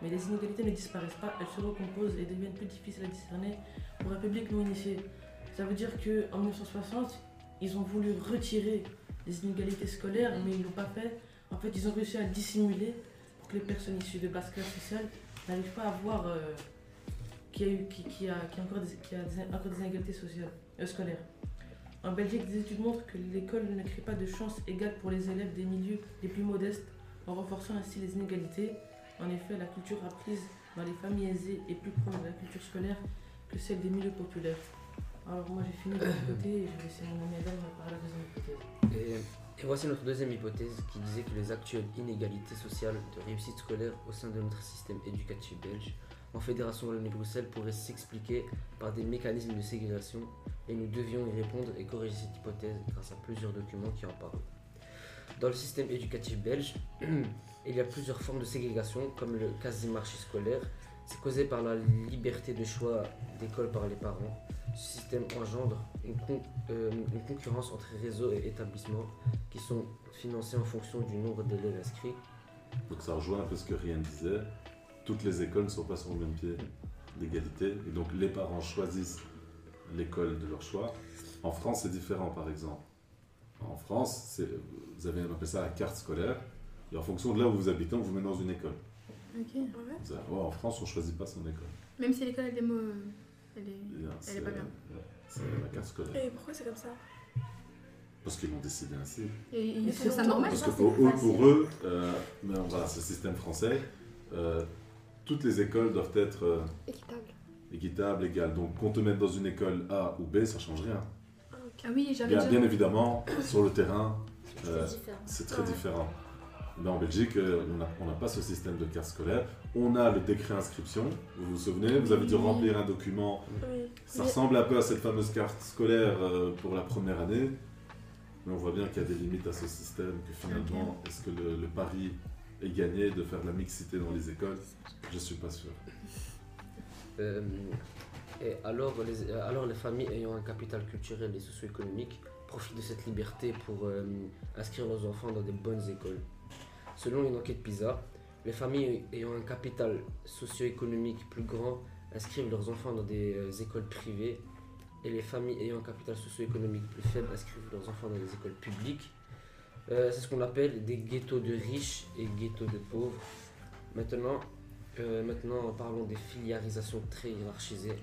Speaker 2: mais les inégalités ne disparaissent pas, elles se recomposent et deviennent plus difficiles à discerner pour un public non initié. Ça veut dire qu'en 1960, ils ont voulu retirer les inégalités scolaires, mais ils l'ont pas fait. En fait, ils ont réussi à dissimuler pour que les personnes issues de basse classe sociale n'arrivent pas à voir euh, qu'il y a, eu, qui, qui a, qui a encore des, qui a des- encore des inégalités sociales, euh, scolaires. En Belgique, des études montrent que l'école ne crée pas de chances égales pour les élèves des milieux les plus modestes, en renforçant ainsi les inégalités. En effet, la culture apprise dans les familles aisées est plus proche de la culture scolaire que celle des milieux populaires. Alors moi j'ai fini de mon côté et je vais laisser mon ami Adam parler de la deuxième hypothèse.
Speaker 13: Et, et voici notre deuxième hypothèse qui disait que les actuelles inégalités sociales de réussite scolaire au sein de notre système éducatif belge en Fédération Wallonie-Bruxelles pourraient s'expliquer par des mécanismes de ségrégation et nous devions y répondre et corriger cette hypothèse grâce à plusieurs documents qui en parlent. Dans le système éducatif belge, il y a plusieurs formes de ségrégation, comme le quasi-marché scolaire. C'est causé par la liberté de choix d'école par les parents. Ce système engendre une, con- euh, une concurrence entre réseaux et établissements qui sont financés en fonction du nombre d'élèves inscrits.
Speaker 3: Donc ça rejoint un peu ce que Rien disait. Toutes les écoles ne sont pas sur le même pied d'égalité. Et donc les parents choisissent l'école de leur choix. En France, c'est différent par exemple. En France, c'est- vous avez appelé ça la carte scolaire. Et en fonction de là où vous habitez, on vous met dans une école.
Speaker 5: Ok.
Speaker 3: Vous avez- oh, en France, on ne choisit pas son école.
Speaker 5: Même si l'école, elle est, mo- elle est...
Speaker 3: Bien,
Speaker 5: elle est
Speaker 3: c'est-
Speaker 5: pas bien.
Speaker 3: ouais, C'est la carte scolaire.
Speaker 11: Et pourquoi c'est comme ça
Speaker 3: Parce qu'ils l'ont décidé ainsi.
Speaker 5: Et
Speaker 11: Mais
Speaker 5: ils
Speaker 11: c'est
Speaker 5: trouvent ça
Speaker 11: longtemps,
Speaker 5: normal.
Speaker 3: Parce
Speaker 5: ça,
Speaker 3: que
Speaker 5: c'est
Speaker 3: pour, eux-
Speaker 5: facile.
Speaker 3: pour eux, euh, mais on- voilà, ce système français, euh, toutes les écoles doivent être euh,
Speaker 1: Équitable.
Speaker 3: équitables, égales. Donc qu'on te mette dans une école A ou B, ça ne change rien.
Speaker 5: Ah oui, j'avais
Speaker 3: Bien,
Speaker 5: déjà...
Speaker 3: bien évidemment, sur le terrain, euh,
Speaker 5: différent.
Speaker 3: c'est très
Speaker 5: Ouais.
Speaker 3: différent. Mais en Belgique, euh, on n'a- on n'a pas ce système de carte scolaire. On a le décret inscription, vous vous souvenez, vous avez dû
Speaker 11: Oui.
Speaker 3: remplir un document.
Speaker 11: Oui.
Speaker 3: Ça
Speaker 11: Mais-
Speaker 3: ressemble un peu à cette fameuse carte scolaire euh, pour la première année. Mais on voit bien qu'il y a des limites à ce système, que finalement, est-ce que le, le pari est gagné de faire de la mixité dans les écoles Je ne suis pas sûr.
Speaker 13: Euh, et alors, les, euh, alors les familles ayant un capital culturel et socio-économique profitent de cette liberté pour euh, inscrire leurs enfants dans des bonnes écoles. Selon une enquête PISA, les familles ayant un capital socio-économique plus grand inscrivent leurs enfants dans des euh, écoles privées et les familles ayant un capital socio-économique plus faible inscrivent leurs enfants dans des écoles publiques. Euh, c'est ce qu'on appelle des ghettos de riches et ghettos de pauvres. Maintenant, euh, maintenant parlons des filiarisations très hiérarchisées.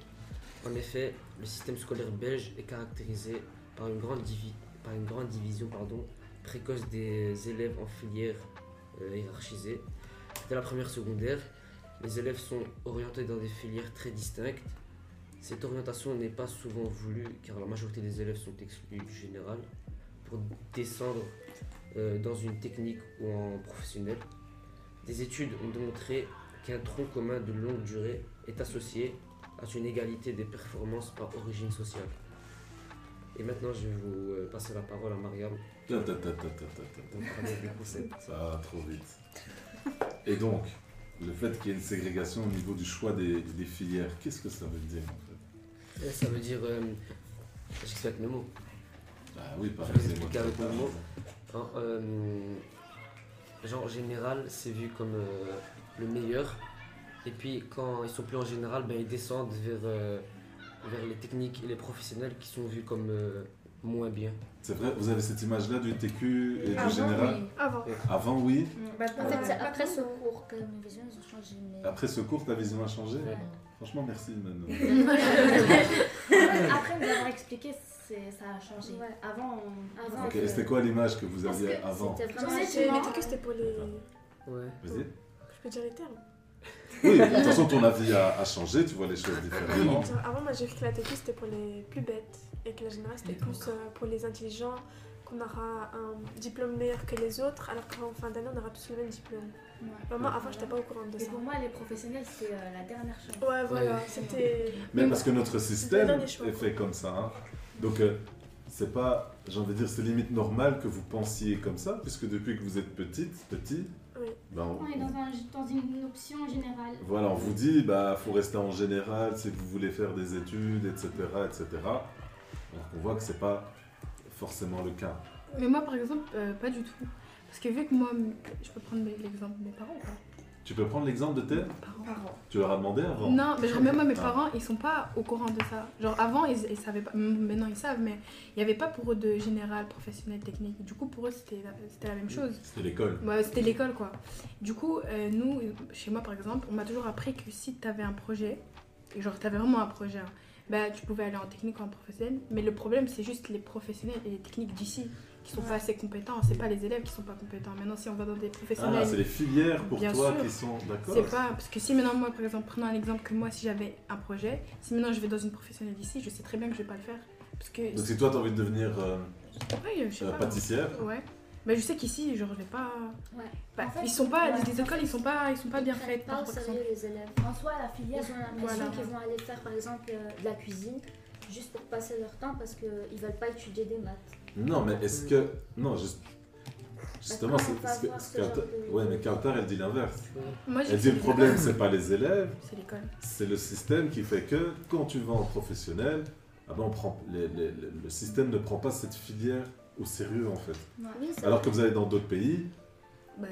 Speaker 13: En effet, le système scolaire belge est caractérisé par une grande, divi- par une grande division pardon, précoce des élèves en filières euh, hiérarchisées. Dès la première secondaire, les élèves sont orientés dans des filières très distinctes. Cette orientation n'est pas souvent voulue car la majorité des élèves sont exclus du général pour descendre euh, dans une technique ou en professionnel. Des études ont démontré qu'un tronc commun de longue durée est associé à une égalité des performances par origine sociale. Et maintenant, je vais vous euh, passer la parole à Mariam.
Speaker 3: Ta, ta, ta, ta, ta, ta,
Speaker 13: Pour parler du concept.
Speaker 3: ta. Ça va trop vite. Et donc, le fait qu'il y ait une ségrégation au niveau du choix des, des filières, qu'est-ce que ça veut dire en fait
Speaker 13: Et ça veut dire. euh, J'explique avec mes mots.
Speaker 3: Bah oui, pareil,
Speaker 13: Je vais
Speaker 3: c'est
Speaker 13: vous expliquer
Speaker 3: moi qui
Speaker 13: avec mes
Speaker 3: parle.
Speaker 13: mots. En, euh, genre, en général, c'est vu comme euh, le meilleur. Et puis, quand ils sont plus en général, ben, ils descendent vers, euh, vers les techniques et les professionnels qui sont vus comme euh, moins bien.
Speaker 3: C'est vrai, vous avez cette image-là du TQ et
Speaker 7: Avant,
Speaker 3: du général
Speaker 7: oui. Avant. Mmh. euh,
Speaker 3: Avant, oui.
Speaker 7: Mm. Bah, En fait, c'est après ce cours que mes visions ils ont changé. mais-
Speaker 3: Après ce cours, ta vision a changé Franchement, merci, Manon.
Speaker 6: Après nous avoir expliqué, c'est- ça a changé. Avant, on...
Speaker 3: Ok, et c'était quoi l'image que vous aviez avant
Speaker 11: Genre, c'était- les trucs, c'était pour les.
Speaker 13: Ouais.
Speaker 3: Vas-y.
Speaker 11: Je peux dire les termes.
Speaker 3: Oui, de toute façon, ton avis a, a changé, tu vois les choses différemment.
Speaker 11: Genre, Ah, Avant, moi, j'ai cru que la TQ, c'était pour les plus bêtes et que la générale, c'était plus euh, pour les intelligents, qu'on aura un diplôme meilleur que les autres, alors qu'en fin d'année, on aura tous le même diplôme. Vraiment, avant, j'étais pas au courant de
Speaker 6: Et
Speaker 11: ça.
Speaker 6: pour moi, les professionnels, c'est euh, la dernière chose.
Speaker 11: Ouais, voilà, c'était.
Speaker 3: Mais parce que notre
Speaker 11: C'était le
Speaker 3: système
Speaker 11: dernier choix.
Speaker 3: est fait comme ça. hein. Donc, euh, c'est pas, j'ai envie de dire, c'est limite normal que vous pensiez comme ça, puisque depuis que vous êtes petite, petit,
Speaker 11: Oui.
Speaker 3: ben, on-
Speaker 10: On est dans, un- dans une option générale.
Speaker 3: Voilà, on vous dit, bah, faut rester en général si vous voulez faire des études, etc., etc. Alors qu'on voit que c'est pas forcément le cas.
Speaker 5: Mais moi, par exemple, euh, pas du tout. Parce que vu que moi, m- je peux prendre mes- l'exemple de mes parents ou pas
Speaker 3: Tu peux prendre l'exemple de tes
Speaker 5: Parents.
Speaker 3: Tu leur as demandé avant
Speaker 5: Non, mais genre, même moi, mes
Speaker 3: Ah.
Speaker 5: parents, ils sont pas au courant de ça. Genre, avant, ils, ils savaient pas. M- Maintenant, ils savent, mais il n'y avait pas pour eux de général, professionnel, technique. Du coup, pour eux, c'était la, c'était la même chose.
Speaker 3: C'était l'école.
Speaker 5: Ouais, c'était l'école, quoi. Du coup, euh, nous, chez moi, par exemple, on m'a toujours appris que si tu avais un projet, et genre, tu avais vraiment un projet, hein, bah, tu pouvais aller en technique ou en professionnel. Mais le problème, c'est juste les professionnels et les techniques d'ici qui sont pas assez compétents. C'est pas les élèves qui sont pas compétents. Maintenant, si on va dans des professionnels.
Speaker 3: Ah, c'est les filières pour
Speaker 5: Bien
Speaker 3: toi
Speaker 5: sûr.
Speaker 3: qui sont d'accord.
Speaker 5: C'est pas Ah, parce que si maintenant moi par exemple prenons un exemple que moi si j'avais un projet, si maintenant je vais dans une professionnelle d'ici, je sais très bien que je vais pas le faire parce que
Speaker 3: Donc si toi t'as envie de devenir euh,
Speaker 5: Ouais, je sais
Speaker 3: euh,
Speaker 5: pas.
Speaker 3: pâtissière,
Speaker 5: Ouais. Mais je sais qu'ici genre je vais pas Bah,
Speaker 6: En fait,
Speaker 5: ils sont pas
Speaker 6: ouais,
Speaker 5: les écoles ils sont pas ils sont pas bien faites
Speaker 7: pas au
Speaker 5: par
Speaker 7: sérieux
Speaker 5: exemple.
Speaker 7: les élèves.
Speaker 6: En soi, la filière,
Speaker 7: Ils ont l'impression
Speaker 5: Voilà.
Speaker 7: qu'ils vont aller faire par exemple euh, de la cuisine juste pour passer leur temps parce qu'ils veulent pas étudier des maths.
Speaker 3: Non, mais est-ce que. Non, juste. Justement,
Speaker 7: Parce
Speaker 3: c'est.
Speaker 7: qu'on peut
Speaker 3: parce que-
Speaker 7: avoir
Speaker 3: ce
Speaker 7: ce genre
Speaker 3: qu'Alta-
Speaker 7: de-
Speaker 3: Ouais, mais Carter, elle dit l'inverse.
Speaker 5: Moi, j'ai
Speaker 3: elle dit
Speaker 5: dit
Speaker 3: le problème,
Speaker 5: l'école.
Speaker 3: c'est pas les élèves.
Speaker 5: C'est l'école.
Speaker 3: C'est le système qui fait que quand tu vas en professionnel, ah ben, on prend... les- les- les- le système ne prend pas cette filière au sérieux, en fait.
Speaker 7: Ouais. Oui, c'est
Speaker 3: Alors
Speaker 7: vrai.
Speaker 3: que vous allez dans d'autres pays, ben,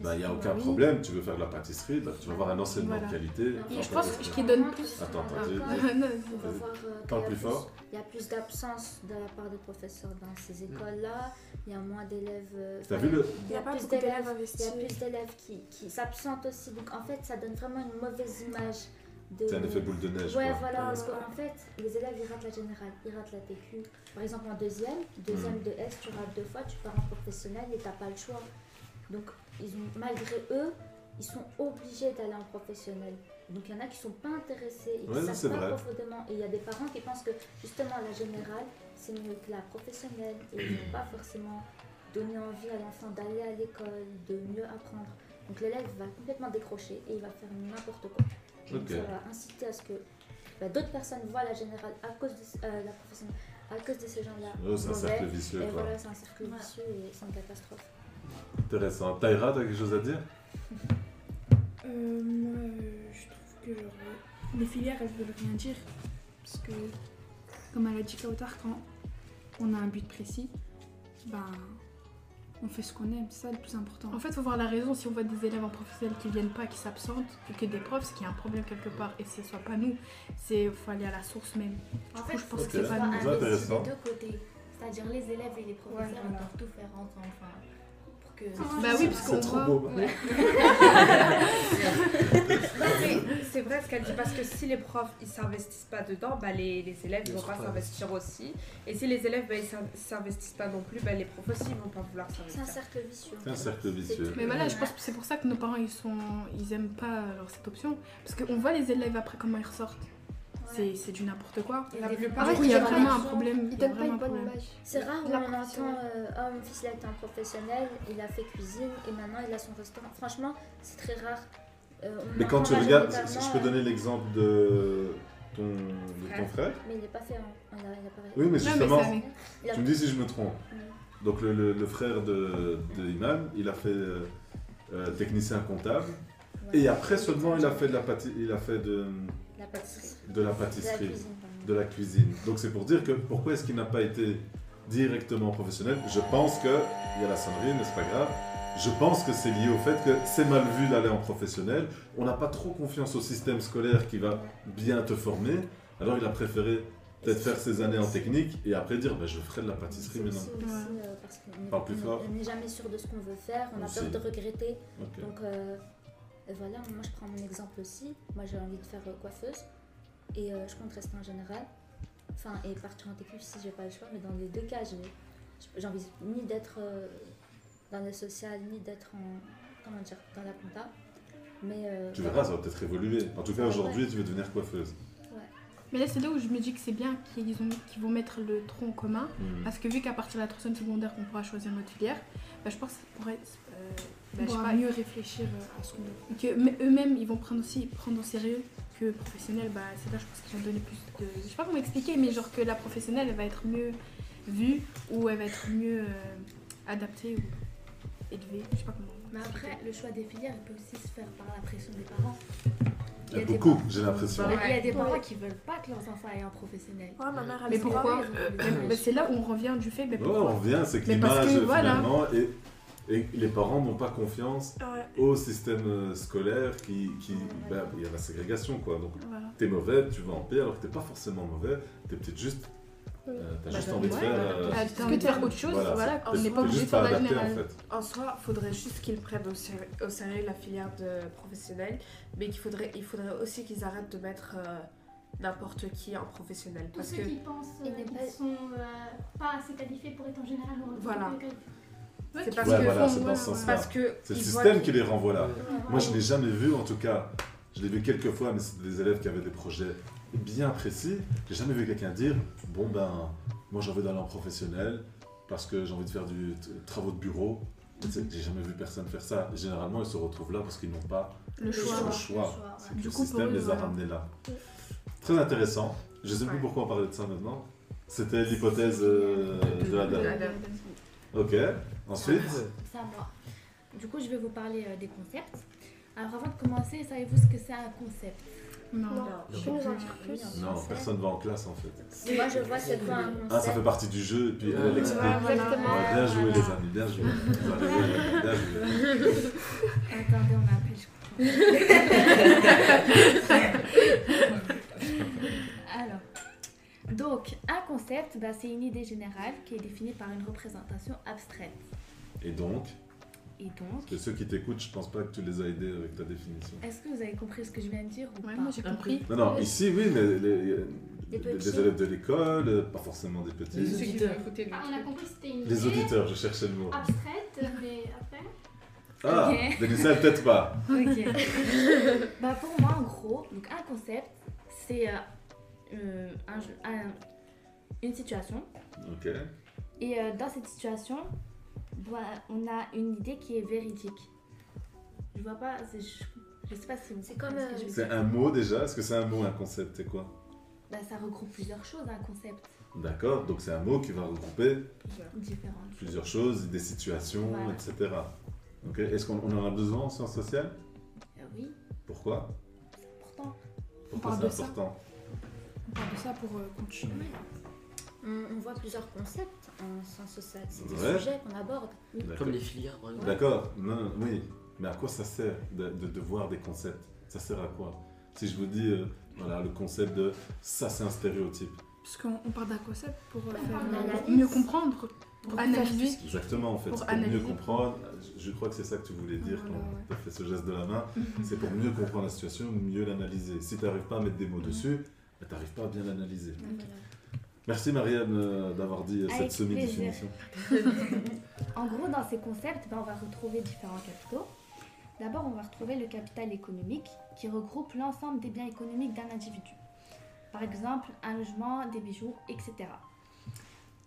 Speaker 5: Bah,
Speaker 3: il n'y a aucun
Speaker 5: oui.
Speaker 3: problème. Tu veux faire de la pâtisserie, bah, tu vas avoir un enseignement
Speaker 5: Voilà.
Speaker 3: de qualité.
Speaker 7: Et je
Speaker 3: Enfin,
Speaker 7: pense
Speaker 3: t'as-
Speaker 7: que
Speaker 5: ce qui donne plus-
Speaker 3: Attends, attends,
Speaker 7: Encore,
Speaker 3: j'ai-
Speaker 7: il Ah, va
Speaker 3: vas-y.
Speaker 7: voir, euh,
Speaker 3: Parle
Speaker 7: qu'il y
Speaker 3: plus
Speaker 7: a
Speaker 3: fort. Mm.
Speaker 7: Il y a plus d'absence de la part des professeurs dans ces écoles-là. Il y a moins d'élèves. euh,
Speaker 3: T'as
Speaker 7: enfin,
Speaker 3: vu le-
Speaker 7: Il y a,
Speaker 11: Il y a pas
Speaker 7: plus
Speaker 11: beaucoup d'élèves
Speaker 7: d'élèves. Il y a
Speaker 11: investis.
Speaker 7: plus d'élèves qui, qui s'absentent aussi. Donc en fait, ça donne vraiment une mauvaise image. De...
Speaker 3: C'est un effet boule de neige,
Speaker 7: Ouais,
Speaker 3: quoi.
Speaker 7: voilà.
Speaker 3: Ouais.
Speaker 7: Parce qu'en fait, les élèves, ils ratent la générale, ils ratent la TQ. Par exemple, en deuxième, deuxième
Speaker 3: Mm.
Speaker 7: de S, tu rates deux fois, tu pars en professionnel et t'as pas le choix. Donc, ils ont, malgré eux, ils sont obligés d'aller en professionnel. Donc, il y en a qui sont pas intéressés et qui
Speaker 3: Ouais, non, c'est
Speaker 7: savent pas
Speaker 3: vrai.
Speaker 7: profondément. Et il y a des parents qui pensent que justement la générale, c'est mieux que la professionnelle. Et ils n'ont pas forcément donné envie à l'enfant d'aller à l'école, de mieux apprendre. Donc l'élève va complètement décrocher et il va faire n'importe quoi. Donc
Speaker 3: Ok.
Speaker 7: ça va inciter à ce que bah, d'autres personnes voient la générale à cause de ce- euh, la professionnelle, à cause de ces gens-là.
Speaker 3: Ouais, c'est un
Speaker 7: mauvais.
Speaker 3: cercle vicieux,
Speaker 7: Et
Speaker 3: quoi.
Speaker 7: voilà, c'est un cercle vicieux et c'est une catastrophe.
Speaker 3: Intéressant. Taïra, t'as quelque chose à dire
Speaker 9: Euh, moi, euh, je trouve que genre, euh, les filières, elles veulent rien dire. Parce que, comme elle a dit Kautar, quand on a un but précis, ben, on fait ce qu'on aime, c'est ça le plus important.
Speaker 5: En fait, faut voir la raison. Si on voit des élèves en professionnel qui viennent pas, qui s'absentent, et que des profs, c'est qu'il y a un problème quelque part. Et ce soit pas nous, c'est faut aller à la source même. Du
Speaker 6: En
Speaker 5: coup,
Speaker 6: fait,
Speaker 5: je pense
Speaker 3: Ok.
Speaker 5: que c'est
Speaker 3: Ça,
Speaker 5: pas nous.
Speaker 3: c'est intéressant.
Speaker 6: des deux côtés. C'est-à-dire les élèves et les professeurs,
Speaker 5: Ouais,
Speaker 6: ils
Speaker 5: voilà.
Speaker 6: doivent tout faire ensemble. Enfin, pour que...
Speaker 5: Bah oui, parce qu'on voit.
Speaker 6: Ouais.
Speaker 14: Non, mais c'est vrai ce qu'elle dit parce que si les profs ils s'investissent pas dedans, bah les, les élèves
Speaker 13: Ils
Speaker 14: vont
Speaker 13: sont
Speaker 14: pas
Speaker 13: pas
Speaker 14: s'investir aussi. Et si les élèves bah, ils s'in- s'investissent pas non plus, bah, les profs aussi ils vont pas vouloir s'investir.
Speaker 7: C'est un cercle vicieux.
Speaker 3: C'est un cercle vicieux.
Speaker 5: Mais voilà, je pense que c'est pour ça que nos parents ils sont, ils aiment pas alors, cette option, parce qu'on voit les élèves après comment ils ressortent. C'est- c'est du n'importe quoi.
Speaker 6: Et
Speaker 5: La
Speaker 6: des-
Speaker 5: plupart
Speaker 6: Ah ouais,
Speaker 5: du coup, il y a
Speaker 6: c'est
Speaker 5: vraiment un
Speaker 6: vrai.
Speaker 5: problème.
Speaker 6: Ils
Speaker 5: il y a
Speaker 6: donnent pas
Speaker 5: vraiment
Speaker 6: une
Speaker 5: un
Speaker 6: bonne
Speaker 5: problème.
Speaker 6: image. C'est
Speaker 7: rare où
Speaker 6: La
Speaker 7: on
Speaker 6: professionnelle.
Speaker 7: entend euh, Ah, mon fils il a été un professionnel, il a fait cuisine et maintenant il a son restaurant. Franchement, c'est très rare. Euh, on
Speaker 3: Mais quand
Speaker 7: entend
Speaker 3: tu regardes,
Speaker 7: majoritairement,
Speaker 3: si je peux
Speaker 7: euh,
Speaker 3: donner l'exemple de ton, de ton frère.
Speaker 7: Mais il n'est pas fait. hein. Il a- il a pas-
Speaker 3: Oui, mais justement,
Speaker 7: Il a-
Speaker 3: tu me dis si je me trompe.
Speaker 7: Mm.
Speaker 3: Donc le, le- le frère de, de Imam, il a fait euh, euh, technicien comptable.
Speaker 7: Ouais.
Speaker 3: Et après seulement, il a fait de la, pâti- il a fait de,
Speaker 7: La pâtisserie.
Speaker 3: de la
Speaker 7: De la
Speaker 3: pâtisserie,
Speaker 7: cuisine,
Speaker 3: de la cuisine. Donc c'est pour dire que pourquoi est-ce qu'il n'a pas été directement professionnel Je pense que, il y a la sonnerie, mais c'est pas grave. Je pense que c'est lié au fait que c'est mal vu d'aller en professionnel. On n'a pas trop confiance au système scolaire qui va bien te former. Alors il a préféré peut-être faire ses années en technique et après dire bah, je ferai de la pâtisserie
Speaker 7: C'est
Speaker 3: maintenant.
Speaker 7: aussi, aussi, euh, parce qu'on est-
Speaker 3: Parle plus
Speaker 7: on-
Speaker 3: fort.
Speaker 7: on n'est jamais sûr de ce qu'on veut faire, on a
Speaker 3: Aussi.
Speaker 7: peur de regretter.
Speaker 3: Ok.
Speaker 7: Donc euh, et voilà, moi je prends mon exemple aussi. Moi j'ai envie de faire euh, coiffeuse et euh, je compte rester en général. Enfin, et partir en technique si j'ai pas le choix, mais dans les deux cas, j'ai- j'ai envie ni d'être euh, dans le social, ni d'être en. Comment dire Dans la compta. Mais. euh,
Speaker 3: Tu
Speaker 7: voilà.
Speaker 3: verras, ça va peut-être évoluer. En tout cas,
Speaker 7: Ouais,
Speaker 3: aujourd'hui,
Speaker 7: ouais.
Speaker 3: tu veux devenir coiffeuse.
Speaker 5: Mais là, c'est là où je me dis que c'est bien qu'ils ont- qu'ils vont mettre le tronc en commun.
Speaker 3: Mhm.
Speaker 5: Parce que vu qu'à partir de la troisième secondaire, on pourra choisir notre filière, bah, je pense que ça pourrait. euh, bah,
Speaker 9: On
Speaker 5: je sais
Speaker 9: pourra
Speaker 5: pas,
Speaker 9: mieux réfléchir euh, à ce qu'on veut.
Speaker 5: que mais eux-mêmes ils vont prendre aussi prendre au sérieux que professionnel bah c'est là je pense qu'ils vont donner plus de je sais pas comment expliquer mais genre que la professionnelle elle va être mieux vue ou elle va être mieux euh, adaptée ou élevée je sais pas comment
Speaker 6: Mais après, le choix des filières, il peut aussi se faire par la pression des parents.
Speaker 3: Il y a
Speaker 6: des
Speaker 3: beaucoup,
Speaker 6: parents-
Speaker 3: j'ai l'impression.
Speaker 6: Il y a des
Speaker 3: Ouais.
Speaker 6: parents qui veulent pas que leurs enfants aient un professionnel. Euh,
Speaker 5: mais pourquoi Euh,
Speaker 6: Ils ont
Speaker 5: Mais- mais Bah, c'est là où on revient du fait mais
Speaker 3: Ouais,
Speaker 5: pourquoi
Speaker 3: on revient, c'est que
Speaker 5: Mais parce
Speaker 3: l'image,
Speaker 5: que, voilà.
Speaker 3: finalement, et, et les parents n'ont pas confiance
Speaker 5: Ouais.
Speaker 3: au système euh, scolaire qui. qui- bah, il y a la ségrégation, quoi. Donc,
Speaker 5: Voilà.
Speaker 3: t'es mauvais, tu vas en paix, alors que t'es pas forcément mauvais, t'es peut-être juste. euh, t'as
Speaker 14: Bah,
Speaker 3: juste
Speaker 14: t'as-
Speaker 3: envie de
Speaker 14: ouais,
Speaker 3: faire.
Speaker 14: bah,
Speaker 3: euh,
Speaker 14: t'as- t'as envie de faire autre chose, voilà,
Speaker 3: t'es-
Speaker 14: on n'est pas
Speaker 3: t'es
Speaker 14: obligé de
Speaker 3: juste
Speaker 14: faire
Speaker 3: pas
Speaker 14: de la
Speaker 3: adapté, en
Speaker 14: générale.
Speaker 3: fait.
Speaker 14: En soi, il faudrait juste qu'ils prennent au séri- au sérieux la filière de professionnels, mais qu'il faudrait, il faudrait aussi qu'ils arrêtent de mettre euh, n'importe qui en professionnel.
Speaker 10: Tous
Speaker 14: Parce
Speaker 10: ceux
Speaker 14: que
Speaker 10: qui pensent euh,
Speaker 7: n'est
Speaker 10: qu'ils
Speaker 7: pas-
Speaker 10: sont euh, pas assez qualifiés pour être en général ou en
Speaker 14: Voilà.
Speaker 10: technique,
Speaker 14: c'est
Speaker 3: Ouais,
Speaker 14: parce que
Speaker 3: voilà, c'est dans ce sens-là.
Speaker 14: parce que
Speaker 3: C'est le
Speaker 14: ils voient
Speaker 3: système
Speaker 14: qu'ils-
Speaker 3: qui les renvoie là. Moi, je
Speaker 14: Ouais.
Speaker 3: l'ai jamais vu, en tout cas. Je l'ai vu quelques fois, mais c'était des élèves qui avaient des projets bien précis. J'ai jamais vu quelqu'un dire Bon, ben, moi, j'ai envie d'aller en professionnel parce que j'ai envie de faire du t- travaux de bureau. Tu sais, J'ai jamais vu personne faire ça. Et généralement, ils se retrouvent là parce qu'ils n'ont pas
Speaker 5: Le choix.
Speaker 3: Le choix.
Speaker 5: Le choix,
Speaker 3: C'est
Speaker 5: ouais.
Speaker 3: que
Speaker 5: Du
Speaker 3: le
Speaker 5: coup, pour
Speaker 3: système
Speaker 5: eux,
Speaker 3: les a
Speaker 5: voilà.
Speaker 3: ramenés là. Très intéressant. Je sais plus pourquoi on parlait de ça maintenant. C'était l'hypothèse euh, de la
Speaker 6: De la
Speaker 3: dame.
Speaker 6: dame.
Speaker 3: Ok. Ensuite.
Speaker 6: C'est à moi. Du coup, je vais vous parler euh, des concepts. Alors, avant de commencer, savez-vous ce que c'est un concept
Speaker 5: Non.
Speaker 3: Non. Non, personne va en classe en fait.
Speaker 6: Si moi, je vois, c'est quoi un
Speaker 3: Ah, ça
Speaker 6: concept
Speaker 3: fait partie du jeu, et puis elle, elle
Speaker 6: Euh, Ouais,
Speaker 3: explique.
Speaker 6: voilà.
Speaker 3: Ouais, bien joué, les amis, bien joué. Vous allez voir, bien joué.
Speaker 6: Attendez, on m'appelle, je comprends. Alors, donc, un concept, bah, c'est une idée générale qui est définie par une représentation abstraite.
Speaker 3: Et donc,
Speaker 6: Et donc,
Speaker 3: parce que ceux qui t'écoutent, je pense pas que tu les as aidés avec ta définition.
Speaker 6: est-ce que vous avez compris ce que je viens de dire ou pas
Speaker 5: moi, j'ai compris.
Speaker 3: Non, non, ici, oui, mais les, les-
Speaker 6: Euh, petits.
Speaker 3: les élèves de l'école, euh, pas forcément des petits.
Speaker 10: Les
Speaker 2: auditeurs.
Speaker 10: Ah, on a compris que c'était une
Speaker 3: Les
Speaker 10: idée
Speaker 3: auditeurs, je cherchais le mot.
Speaker 10: abstraite, mais après.
Speaker 3: Ah,
Speaker 6: Ok.
Speaker 3: Denisa, peut-être pas.
Speaker 6: Ok. bah pour moi, en gros, donc un concept, c'est euh, euh, un jeu- un- une situation.
Speaker 3: Ok.
Speaker 6: Et euh, dans cette situation, bah, on a une idée qui est véridique. Je vois pas, c'est- je, je sais pas si vous. C'est comme.
Speaker 3: C'est un mot déjà. Est-ce que c'est un mot, un concept C'est quoi
Speaker 6: Bah, ça regroupe plusieurs choses, un concept.
Speaker 3: D'accord, donc c'est un mot qui va regrouper
Speaker 6: Différentes.
Speaker 3: plusieurs choses, des situations,
Speaker 6: Voilà.
Speaker 3: etc. Ok. Est-ce qu'on on en a besoin en sciences sociales
Speaker 6: Euh, oui,
Speaker 3: Pourquoi
Speaker 6: pourtant.
Speaker 3: Pourquoi
Speaker 9: parle
Speaker 3: c'est
Speaker 9: de ça.
Speaker 3: important
Speaker 9: On parle de ça pour euh, continuer.
Speaker 7: On, on voit plusieurs concepts en sciences sociales. C'est des
Speaker 3: Ouais.
Speaker 7: sujets qu'on aborde.
Speaker 3: D'accord.
Speaker 13: Comme les filières, par exemple.
Speaker 3: D'accord, non, non, oui. Mais à quoi ça sert de, de- de voir des concepts Ça sert à quoi Si je vous dis, euh, voilà, le concept de ça, c'est un stéréotype.
Speaker 9: Parce qu'on on part d'un concept pour euh,
Speaker 5: On
Speaker 9: faire
Speaker 5: parle
Speaker 9: euh,
Speaker 5: d'analyse.
Speaker 9: mieux comprendre, pour analyser.
Speaker 3: Exactement, en fait.
Speaker 9: Pour
Speaker 3: C'est pour mieux
Speaker 9: analyser.
Speaker 3: comprendre. Je- Je crois que c'est ça que tu voulais dire
Speaker 9: Voilà,
Speaker 3: quand
Speaker 9: ouais.
Speaker 3: tu as fait ce geste de la main. c'est pour mieux comprendre la situation, mieux l'analyser. Si tu n'arrives pas à mettre des mots dessus, bah, tu n'arrives pas à bien l'analyser. Merci Marianne euh, d'avoir dit euh, cette
Speaker 6: Mm. Avec plaisir.
Speaker 3: semi-définition.
Speaker 6: en gros, dans ces concepts, ben, on va retrouver différents capitaux. D'abord, on va retrouver le capital économique qui regroupe l'ensemble des biens économiques d'un individu. par exemple un logement, des bijoux, etc.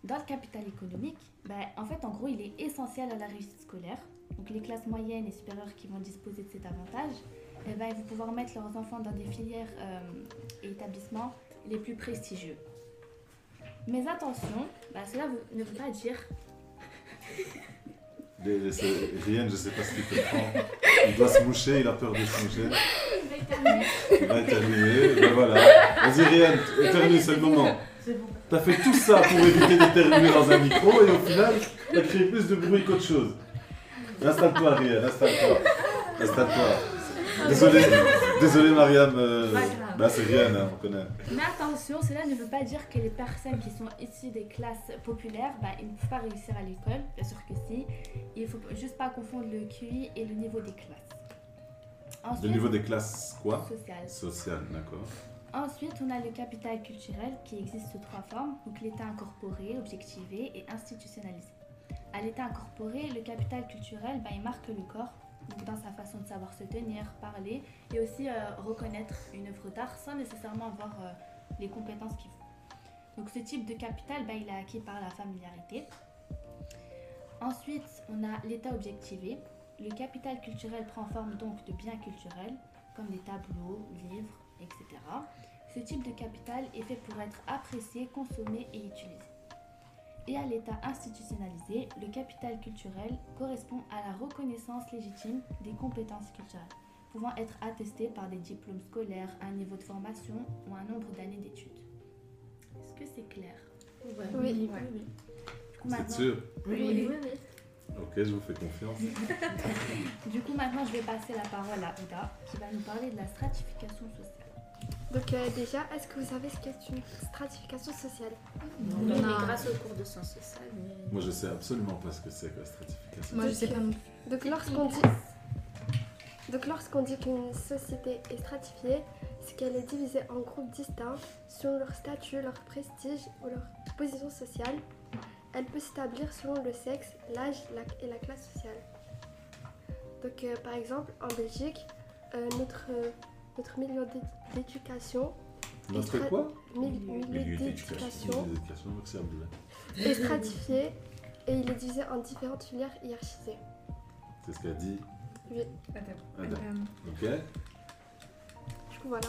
Speaker 6: Dans le capital économique, ben, en fait, en gros, il est essentiel à la réussite scolaire. Donc, les classes moyennes et supérieures qui vont disposer de cet avantage, eh ben, ils vont pouvoir mettre leurs enfants dans des filières euh, et établissements les plus prestigieux. Mais attention, ben, cela veut- ne veut pas dire
Speaker 3: Les- les- c'est- Rien, je sais pas ce qu'il peut prendre. Il doit se moucher, il a peur de se moucher. Il va éternuer, ben voilà. Vas-y Rien, éternue, c'est le moment. T'as fait tout ça pour éviter d'éternuer dans un micro et au final, t'as créé plus de bruit qu'autre chose. Installe-toi Rien, installe-toi. Installe-toi. Désolé, désolé Mariam. euh,
Speaker 6: Pas grave.
Speaker 3: bah c'est Rien, hein, on connaît.
Speaker 6: Mais attention, cela ne veut pas dire que les personnes qui sont issues des classes populaires, bah, ils ne peuvent pas réussir à l'école. Bien sûr que si. Il ne faut juste pas confondre le QI et le niveau des classes.
Speaker 3: Le niveau des classes, quoi
Speaker 6: Sociales.
Speaker 3: Sociales, d'accord.
Speaker 6: Ensuite, on a le capital culturel qui existe sous trois formes, donc l'état incorporé, objectivé et institutionnalisé. À l'état incorporé, le capital culturel, ben, il marque le corps, donc dans sa façon de savoir se tenir, parler et aussi euh, reconnaître une œuvre d'art sans nécessairement avoir euh, les compétences qu'il faut. Donc ce type de capital, ben, il est acquis par la familiarité. Ensuite, on a l'état objectivé. Le capital culturel prend forme donc de biens culturels, comme des tableaux, livres, etc. Ce type de capital est fait pour être apprécié, consommé et utilisé. Et à l'état institutionnalisé, le capital culturel correspond à la reconnaissance légitime des compétences culturelles, pouvant être attestées par des diplômes scolaires, un niveau de formation ou un nombre d'années d'études. Est-ce que c'est clair
Speaker 5: Oui.
Speaker 6: Ouais. Du coup,
Speaker 3: Vous êtes
Speaker 6: maintenant-
Speaker 3: sûr
Speaker 6: Oui, oui, oui.
Speaker 3: Ok, je vous fais confiance.
Speaker 6: Du coup, maintenant, je vais passer la parole à Ouda, qui va nous parler de la stratification sociale.
Speaker 1: Donc euh, déjà, est-ce que vous savez ce qu'est une stratification sociale
Speaker 7: Non. Mais grâce au cours de sciences sociales. mais-
Speaker 3: Moi je sais absolument pas ce que c'est que la stratification.
Speaker 1: Euh, Donc lorsqu'on dit donc lorsqu'on dit qu'une société est stratifiée, c'est qu'elle est divisée en groupes distincts selon leur statut, leur prestige ou leur position sociale. Elle peut s'établir selon le sexe, l'âge la- et la classe sociale. Donc euh, par exemple en Belgique, euh, notre, euh, notre milieu d'é- d'éducation est
Speaker 3: Notre
Speaker 1: stra-
Speaker 3: quoi
Speaker 1: mil-
Speaker 3: Milieu
Speaker 1: Milieu d'éducation
Speaker 3: Milieu d'éducation, donc c'est un bleu.
Speaker 1: est stratifié et il est divisé en différentes filières hiérarchisées.
Speaker 3: C'est ce qu'a dit
Speaker 1: Oui. Euh,
Speaker 3: Adam.
Speaker 6: Euh,
Speaker 3: Ok,
Speaker 1: Du coup, voilà.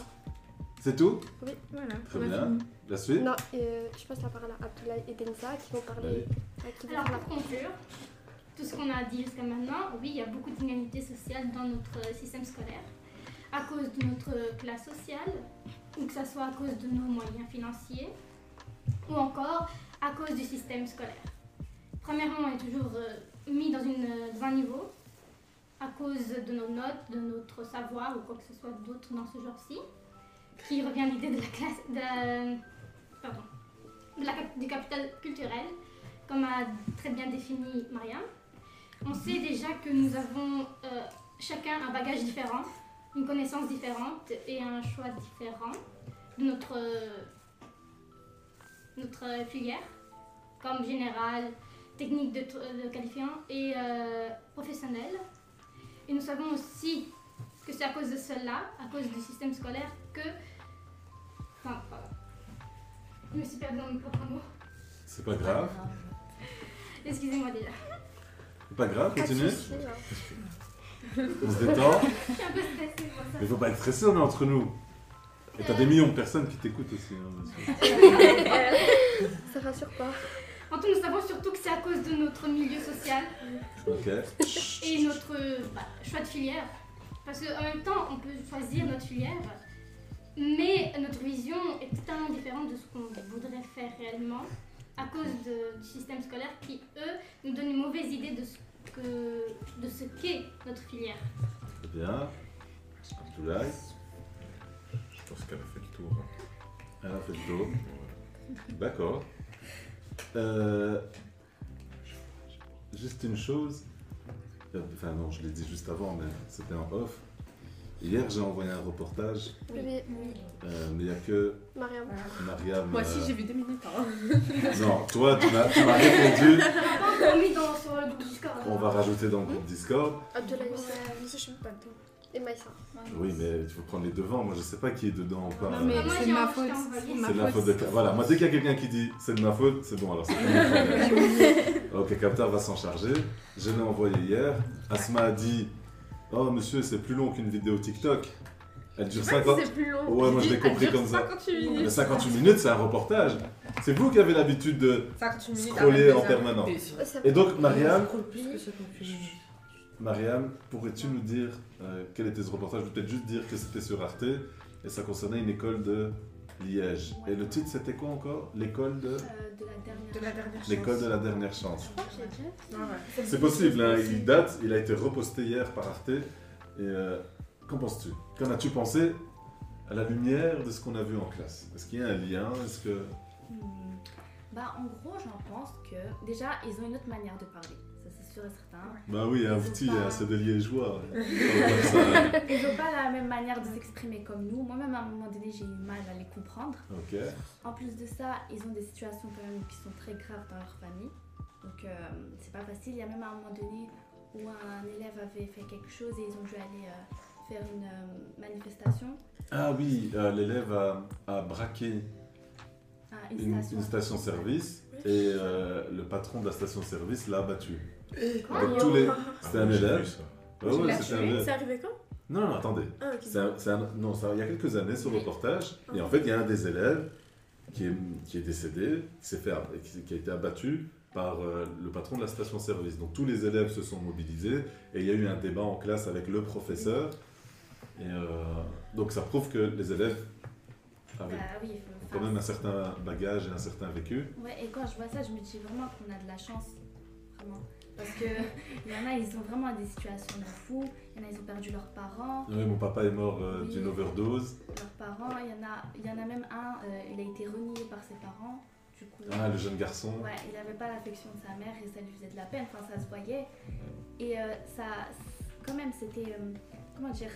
Speaker 3: c'est tout
Speaker 1: Oui, voilà.
Speaker 3: Très bien. La suite
Speaker 1: Non, et, euh, je passe la parole à Abdoulaye et Denza qui vont parler. à qui vont
Speaker 10: Alors
Speaker 1: parler.
Speaker 10: pour conclure, tout ce qu'on a dit jusqu'à maintenant, oui, il y a beaucoup d'inégalités sociales dans notre euh, système scolaire, à cause de notre classe sociale, ou que ce soit à cause de nos moyens financiers, ou encore à cause du système scolaire. Premièrement, on est toujours euh, mis dans, une, euh, dans un niveau à cause de nos notes, de notre savoir ou quoi que ce soit d'autre dans ce genre-ci, qui revient à l'idée de la classe, de la- pardon, de la cap- du capital culturel, comme a très bien défini Mariam. On sait déjà que nous avons euh, chacun un bagage différent, une connaissance différente et un choix différent de notre, euh, notre euh, filière, comme générale, technique de, tr- de qualifiant et euh, professionnelle. Et nous savons aussi que c'est à cause de cela, à cause du système scolaire, que. Enfin, pardon. Je me suis perdue dans mes propres mots.
Speaker 3: C'est pas grave.
Speaker 10: Excusez-moi déjà.
Speaker 3: C'est pas grave, continue. On se détend.
Speaker 10: Je suis un peu stressée pour ça.
Speaker 3: Mais faut pas être stressé, on est entre nous. Et t'as des millions de personnes qui t'écoutent aussi. hein, bien sûr.
Speaker 1: Ça rassure pas.
Speaker 10: En tout, nous savons surtout que c'est à cause de notre milieu social
Speaker 3: ok.
Speaker 10: et notre bah, choix de filière. Parce qu'en même temps, on peut choisir notre filière, mais notre vision est totalement différente de ce qu'on voudrait faire réellement à cause de- du système scolaire qui, eux, nous donne une mauvaise idée de ce que- de ce qu'est notre filière.
Speaker 3: Très bien. Abdoulaye.
Speaker 8: Je pense qu'elle a fait le tour. hein.
Speaker 3: Elle a fait le tour. D'accord. Euh, juste une chose. Euh, Enfin, non, je l'ai dit juste avant, mais c'était en off. Hier, j'ai envoyé un reportage,
Speaker 1: Oui, oui.
Speaker 3: euh, mais il n'y a que
Speaker 1: Mariam.
Speaker 3: Mariam.
Speaker 14: Moi aussi,
Speaker 3: euh,
Speaker 14: j'ai vu deux minutes. hein.
Speaker 3: Non, toi, tu m'as tu m'as répondu.
Speaker 10: On est dans sur le groupe Discord.
Speaker 14: hein.
Speaker 3: On va rajouter dans le groupe Discord.
Speaker 1: Hmm Abdoulaye
Speaker 14: aussi. Je sais pas le temps.
Speaker 1: Et Maïssa.
Speaker 3: Oui, mais il faut prendre les devants. Moi, je sais pas qui est dedans ou pas.
Speaker 5: Hein. Non,
Speaker 14: Ah,
Speaker 5: mais c'est de ma faute.
Speaker 3: C'est de la faute de Voilà, moi, dès qu'il y a quelqu'un qui dit c'est de ma faute, c'est bon, alors c'est pas ma faute. Ok, Captar va s'en charger. Je l'ai envoyé hier. Asma a dit Oh, monsieur, c'est plus long qu'une vidéo TikTok. Elle dure
Speaker 14: Je sais pas si
Speaker 3: 50
Speaker 14: c'est plus long.
Speaker 3: Ouais, moi
Speaker 14: Tu
Speaker 3: je l'ai
Speaker 14: dis, elle
Speaker 3: compris
Speaker 14: dure
Speaker 3: comme ça.
Speaker 14: 58 minutes.
Speaker 3: Mais 58 minutes, c'est un reportage. C'est vous qui avez l'habitude de
Speaker 14: 58 minutes,
Speaker 3: scroller
Speaker 14: arrête
Speaker 3: en
Speaker 14: de
Speaker 3: permanence.
Speaker 14: s'arrêter.
Speaker 3: Et donc, Marianne,
Speaker 2: Mariam.
Speaker 3: Mariam, pourrais-tu nous dire euh, quel était ce reportage Peut-être juste dire que c'était sur Arte et ça concernait une école de Liège. Et le titre, c'était quoi encore L'école de.
Speaker 10: de la dernière,
Speaker 3: L'école de la dernière chance.
Speaker 10: Ouais.
Speaker 3: C'est possible, hein, il date, il a été reposté hier par Arte. Et euh, qu'en penses-tu Qu'en as-tu pensé à la lumière de ce qu'on a vu en classe Est-ce qu'il y a un lien Est-ce que.
Speaker 6: Hmm. Bah, en gros, j'en pense que déjà, ils ont une autre manière de parler. Ça, c'est sûr et certain.
Speaker 3: Bah oui, un
Speaker 6: Ils ont
Speaker 3: outil,
Speaker 6: pas-
Speaker 3: hein, c'est des liégeois. hein.
Speaker 6: Ils n'ont pas la même manière de s'exprimer comme nous. Moi-même, à un moment donné, j'ai eu mal à les comprendre.
Speaker 3: Ok.
Speaker 6: En plus de ça, ils ont des situations quand même qui sont très graves dans leur famille. Donc, euh, c'est pas facile. Il y a même à un moment donné où un élève avait fait quelque chose et ils ont dû aller euh, faire une euh, manifestation.
Speaker 3: Ah oui, euh, l'élève a, a braqué
Speaker 6: Ah, une
Speaker 3: une,
Speaker 6: station.
Speaker 3: une station-service et euh, le patron de la station-service l'a abattu.
Speaker 11: Quoi
Speaker 3: Avec tous les...
Speaker 11: Ah,
Speaker 3: C'était
Speaker 11: oui,
Speaker 3: un
Speaker 11: j'ai
Speaker 3: élève. Ah
Speaker 11: vu ça.
Speaker 3: Ouais,
Speaker 11: Tu
Speaker 3: ouais,
Speaker 11: l'as
Speaker 3: c'était un
Speaker 11: tué
Speaker 3: élève.
Speaker 11: C'est arrivé quand
Speaker 3: Non, non, attendez.
Speaker 11: Ah, ok.
Speaker 3: C'est un- c'est un- non, ça, il y a quelques années, ce reportage. Et en fait, il y a un des élèves qui est, qui est décédé, qui, s'est fait, ab- qui, qui a été abattu par euh, le patron de la station-service. Donc tous les élèves se sont mobilisés et il y a eu un débat en classe avec le professeur. Et euh, donc ça prouve que les élèves avaient
Speaker 6: Bah oui, faut-
Speaker 3: ont quand même un certain bagage et un certain vécu.
Speaker 6: Ouais, et quand je vois ça, je me dis vraiment qu'on a de la chance. Vraiment. Parce que il y en a, ils sont vraiment à des situations de fou. Il y en a, ils ont perdu leurs parents.
Speaker 3: Ouais, mon papa est mort euh,
Speaker 6: Oui.
Speaker 3: d'une overdose.
Speaker 6: Leurs parents, il y en a, il y en a même un, euh, il a été renié par ses parents. Du coup,
Speaker 3: Ah, le jeune garçon.
Speaker 6: Ouais, il n'avait pas l'affection de sa mère et ça lui faisait de la peine. Enfin, ça se voyait. Et euh, ça, quand même, c'était. euh, comment dire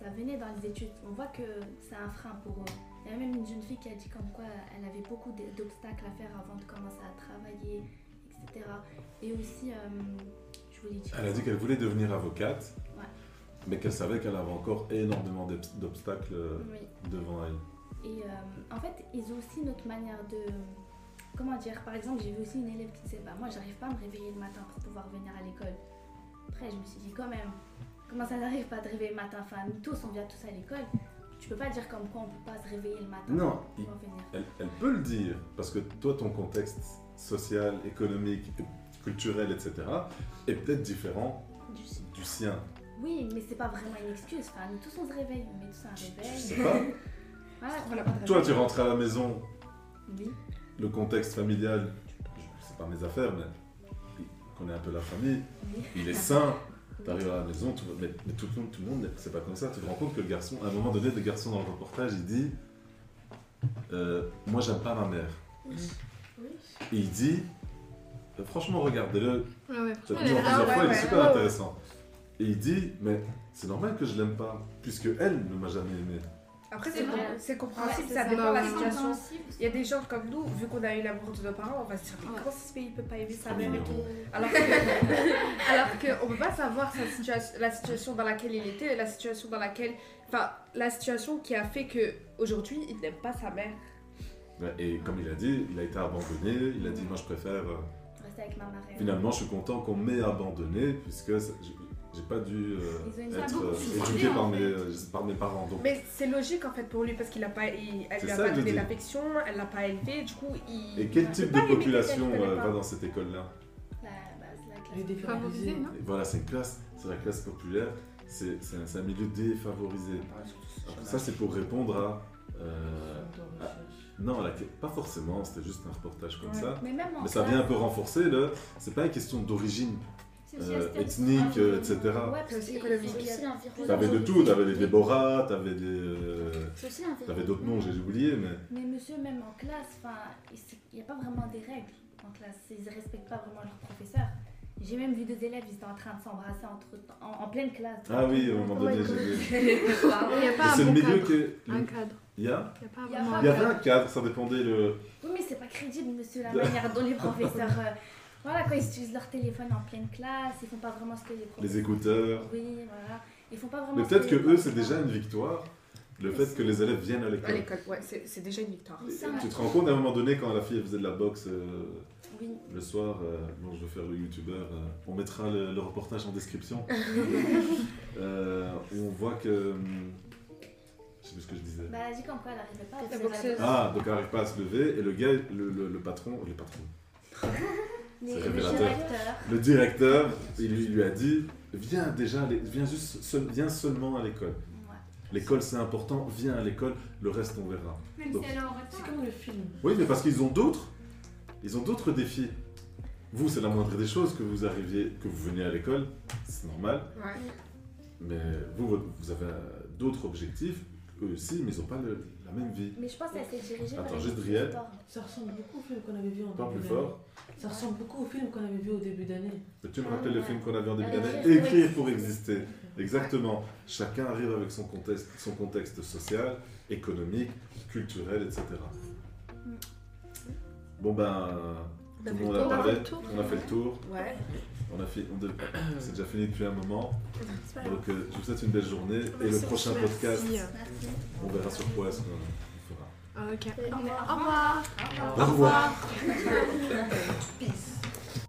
Speaker 6: Ça venait dans les études. On voit que c'est un frein pour eux. Il y a même une jeune fille qui a dit comme quoi elle avait beaucoup d- d'obstacles à faire avant de commencer à travailler, etc. Et aussi, euh, je voulais dire.
Speaker 3: Elle a dit qu'elle voulait devenir avocate,
Speaker 6: Ouais.
Speaker 3: mais qu'elle savait qu'elle avait encore énormément d'obs- d'obstacles euh,
Speaker 6: Oui.
Speaker 3: devant elle.
Speaker 6: Et euh, en fait, ils ont aussi notre manière de. Comment dire Par exemple, j'ai vu aussi une élève qui disait Bah, moi, j'arrive pas à me réveiller le matin pour pouvoir venir à l'école. Après, je me suis dit Quand même, comment ça n'arrive pas de réveiller le matin Enfin, nous tous, on vient tous à l'école. Tu peux pas dire comme quoi on peut pas se réveiller le matin
Speaker 3: Non,
Speaker 6: pour
Speaker 3: il-
Speaker 6: pouvoir venir.
Speaker 3: elle, elle peut le dire, parce que toi, ton contexte social, économique, culturel, etc., est peut-être différent
Speaker 6: Du sien.
Speaker 3: du sien.
Speaker 6: Oui, mais c'est pas vraiment une excuse. Enfin, nous tous, on se réveille. On met tous un réveil.
Speaker 3: je sais pas. Toi, tu rentres à la maison,
Speaker 6: Oui.
Speaker 3: le contexte familial, c'est pas mes affaires, mais on connaît un peu la famille,
Speaker 6: Oui.
Speaker 3: il est sain. T'arrives à la maison, tout, mais, mais tout le monde, tout le monde, c'est pas comme ça. Tu te rends compte que le garçon, à un moment donné, le garçon dans le reportage, il dit euh, Moi, j'aime pas ma mère. Et il dit, euh, franchement, regardez-le.
Speaker 5: Ouais, ouais,
Speaker 3: J'ai
Speaker 5: franchement,
Speaker 3: vu
Speaker 5: il
Speaker 3: en
Speaker 5: est-
Speaker 3: plusieurs
Speaker 5: ah,
Speaker 3: fois,
Speaker 5: ouais,
Speaker 3: il est
Speaker 5: ouais.
Speaker 3: super
Speaker 5: Ouais, ouais.
Speaker 3: intéressant. Et il dit, mais c'est normal que je l'aime pas, puisque elle ne m'a jamais aimé.
Speaker 14: Après,
Speaker 6: C'est
Speaker 14: c'est
Speaker 6: vrai.
Speaker 14: com- c'est
Speaker 6: Ouais,
Speaker 14: compréhensible,
Speaker 6: c'est
Speaker 14: ça
Speaker 6: ça.
Speaker 14: dépend de la
Speaker 6: Ouais, ouais.
Speaker 14: situation.
Speaker 6: Compréhensible.
Speaker 14: Il y a des gens comme nous, vu qu'on a eu l'amour de nos parents, on va se dire mais comment ça se fait, il peut pas aimer sa
Speaker 6: trop
Speaker 14: mère et
Speaker 6: mignon.
Speaker 14: tout. Alors que- alors que on peut pas savoir sa situation, la situation dans laquelle il était, la situation dans laquelle, enfin, la situation qui a fait que aujourd'hui il n'aime pas sa mère.
Speaker 3: Ouais, Ben, Et comme il a dit, il a été abandonné. Il a dit, moi, je préfère. euh,
Speaker 6: Rester avec ma marraine.
Speaker 3: Finalement, je suis content qu'on m'ait abandonné, puisque ça- j'ai j'ai pas dû euh,
Speaker 14: Ils ont une-
Speaker 3: être
Speaker 14: beaucoup
Speaker 3: euh,
Speaker 14: souffert,
Speaker 3: éduqué
Speaker 14: en
Speaker 3: par mes,
Speaker 14: fait.
Speaker 3: euh, par mes parents. Donc,
Speaker 14: Mais c'est logique en fait pour lui parce qu'il a pas, il- elle
Speaker 3: C'est
Speaker 14: lui a
Speaker 3: ça,
Speaker 14: pas
Speaker 3: je
Speaker 14: donné
Speaker 3: dis.
Speaker 14: d'affection, elle l'a pas élevé, du coup il.
Speaker 3: et quel
Speaker 14: il peut
Speaker 3: type de
Speaker 14: pas aimer quelqu'un qu'il
Speaker 3: population
Speaker 14: connaît
Speaker 3: euh,
Speaker 14: pas.
Speaker 3: va dans cette école-là
Speaker 6: La, bah, c'est la classe.
Speaker 2: Les défavorisés, non
Speaker 3: Et Voilà, c'est une classe, c'est la classe populaire, c'est c'est un, c'est un milieu défavorisé. Alors, ça, c'est pour répondre à. euh, à- non, à la- pas forcément, c'était juste un reportage comme
Speaker 6: Ouais.
Speaker 3: ça.
Speaker 6: Mais même en
Speaker 3: ça
Speaker 6: classe-
Speaker 3: vient un peu renforcer le. C'est pas une question d'origine
Speaker 7: C'est aussi
Speaker 3: euh,
Speaker 7: un statut.
Speaker 3: ethnique, euh, etc.
Speaker 7: Ouais, parce C'est qu'il- économique. il y a aussi l'environnement.
Speaker 3: T'avais de tout, t'avais des Déborah, t'avais des. euh,
Speaker 6: C'est aussi un vélo.
Speaker 3: T'avais d'autres noms, j'ai oublié, mais.
Speaker 6: Mais monsieur, même en classe, il n'y a pas vraiment des règles en classe. Ils ne respectent pas vraiment leurs professeurs. J'ai même vu deux élèves, ils étaient en train de s'embrasser entre, en, en pleine classe.
Speaker 3: Ah oui, à un moment donné, j'ai vu.
Speaker 6: Il n'y a pas
Speaker 3: Mais
Speaker 6: un
Speaker 3: C'est le
Speaker 6: bon
Speaker 3: milieu
Speaker 6: cadre.
Speaker 3: qui est.
Speaker 6: Un cadre.
Speaker 3: Il y a
Speaker 6: Il y a pas
Speaker 3: Il
Speaker 6: vraiment
Speaker 3: y
Speaker 6: un
Speaker 3: avait un
Speaker 6: cadre.
Speaker 3: cadre, ça dépendait le.
Speaker 6: Oui, mais c'est pas crédible, monsieur, la manière dont les professeurs. euh, voilà, quand ils utilisent leur téléphone en pleine classe, ils font pas vraiment ce que les professeurs.
Speaker 3: écouteurs.
Speaker 6: Oui, voilà. Ils font pas vraiment.
Speaker 3: Mais peut-être
Speaker 6: ces-
Speaker 3: que eux, c'est déjà une victoire, le fait que les élèves viennent à
Speaker 14: À
Speaker 3: l'école.
Speaker 14: l'école, ouais, c'est c'est déjà une victoire.
Speaker 3: Tu te rends compte hein, à un moment donné quand la fille elle faisait de la boxe euh,
Speaker 14: Oui.
Speaker 3: le soir, euh, bon je veux faire le youtubeur, euh, on mettra le, le reportage en description, Euh, où on voit que... hum, Je sais plus ce que je disais.
Speaker 6: Bah, elle dit comme quoi elle n'arrivait pas à
Speaker 14: La
Speaker 6: faire
Speaker 14: boxeuse.
Speaker 3: Ah, donc elle n'arrive pas à se lever et le gars, le, le- le patron, le patron.
Speaker 6: Les-
Speaker 3: C'est
Speaker 6: le
Speaker 3: révélateur.
Speaker 6: directeur.
Speaker 3: Le directeur, il lui, lui a dit, viens déjà, à l'é- viens juste, seul- viens seulement à l'école. L'école c'est important, viens à l'école, le reste on verra.
Speaker 10: Même
Speaker 3: Donc,
Speaker 10: si elle est en retard. C'est comme
Speaker 2: le film.
Speaker 3: oui, mais parce qu'ils ont d'autres, ils ont d'autres défis. Vous, c'est la moindre des choses que vous arriviez, que vous veniez à l'école, c'est normal. Mais vous, votre- vous avez euh, d'autres objectifs, eux aussi, mais ils n'ont pas le- la même vie.
Speaker 6: Mais je pense qu'elle s'est dirigée
Speaker 3: Attends, juste Brielle.
Speaker 2: Ça ressemble beaucoup au film qu'on avait vu en
Speaker 3: Parle
Speaker 2: début
Speaker 3: plus
Speaker 2: d'année.
Speaker 3: fort.
Speaker 2: Ça ressemble beaucoup au film qu'on avait vu au début d'année.
Speaker 3: Mais Tu me rappelles
Speaker 6: Ah.
Speaker 3: le film qu'on avait en début
Speaker 2: Écrire
Speaker 3: d'année
Speaker 2: pour
Speaker 3: Écrire
Speaker 2: exister.
Speaker 3: pour exister. Exactement. Chacun arrive avec son contexte, son contexte social, économique, culturel, etc.
Speaker 6: Mm.
Speaker 3: Bon ben,
Speaker 14: On a
Speaker 3: tout le
Speaker 14: fait
Speaker 3: monde
Speaker 14: le
Speaker 3: a
Speaker 14: tour. On a fait
Speaker 3: parlé,
Speaker 14: le tour.
Speaker 3: on a fait le tour.
Speaker 14: Ouais.
Speaker 3: On a fait, on dev- c'est déjà fini depuis un moment.
Speaker 14: C'est pas grave.
Speaker 3: Donc euh, je vous souhaite une belle journée et le
Speaker 14: Merci.
Speaker 3: prochain
Speaker 14: Merci.
Speaker 3: podcast,
Speaker 14: Merci.
Speaker 3: on verra sur quoi est-ce qu'on on fera.
Speaker 5: Ah, Ok. Au
Speaker 10: revoir.
Speaker 3: Au revoir.
Speaker 10: Au revoir.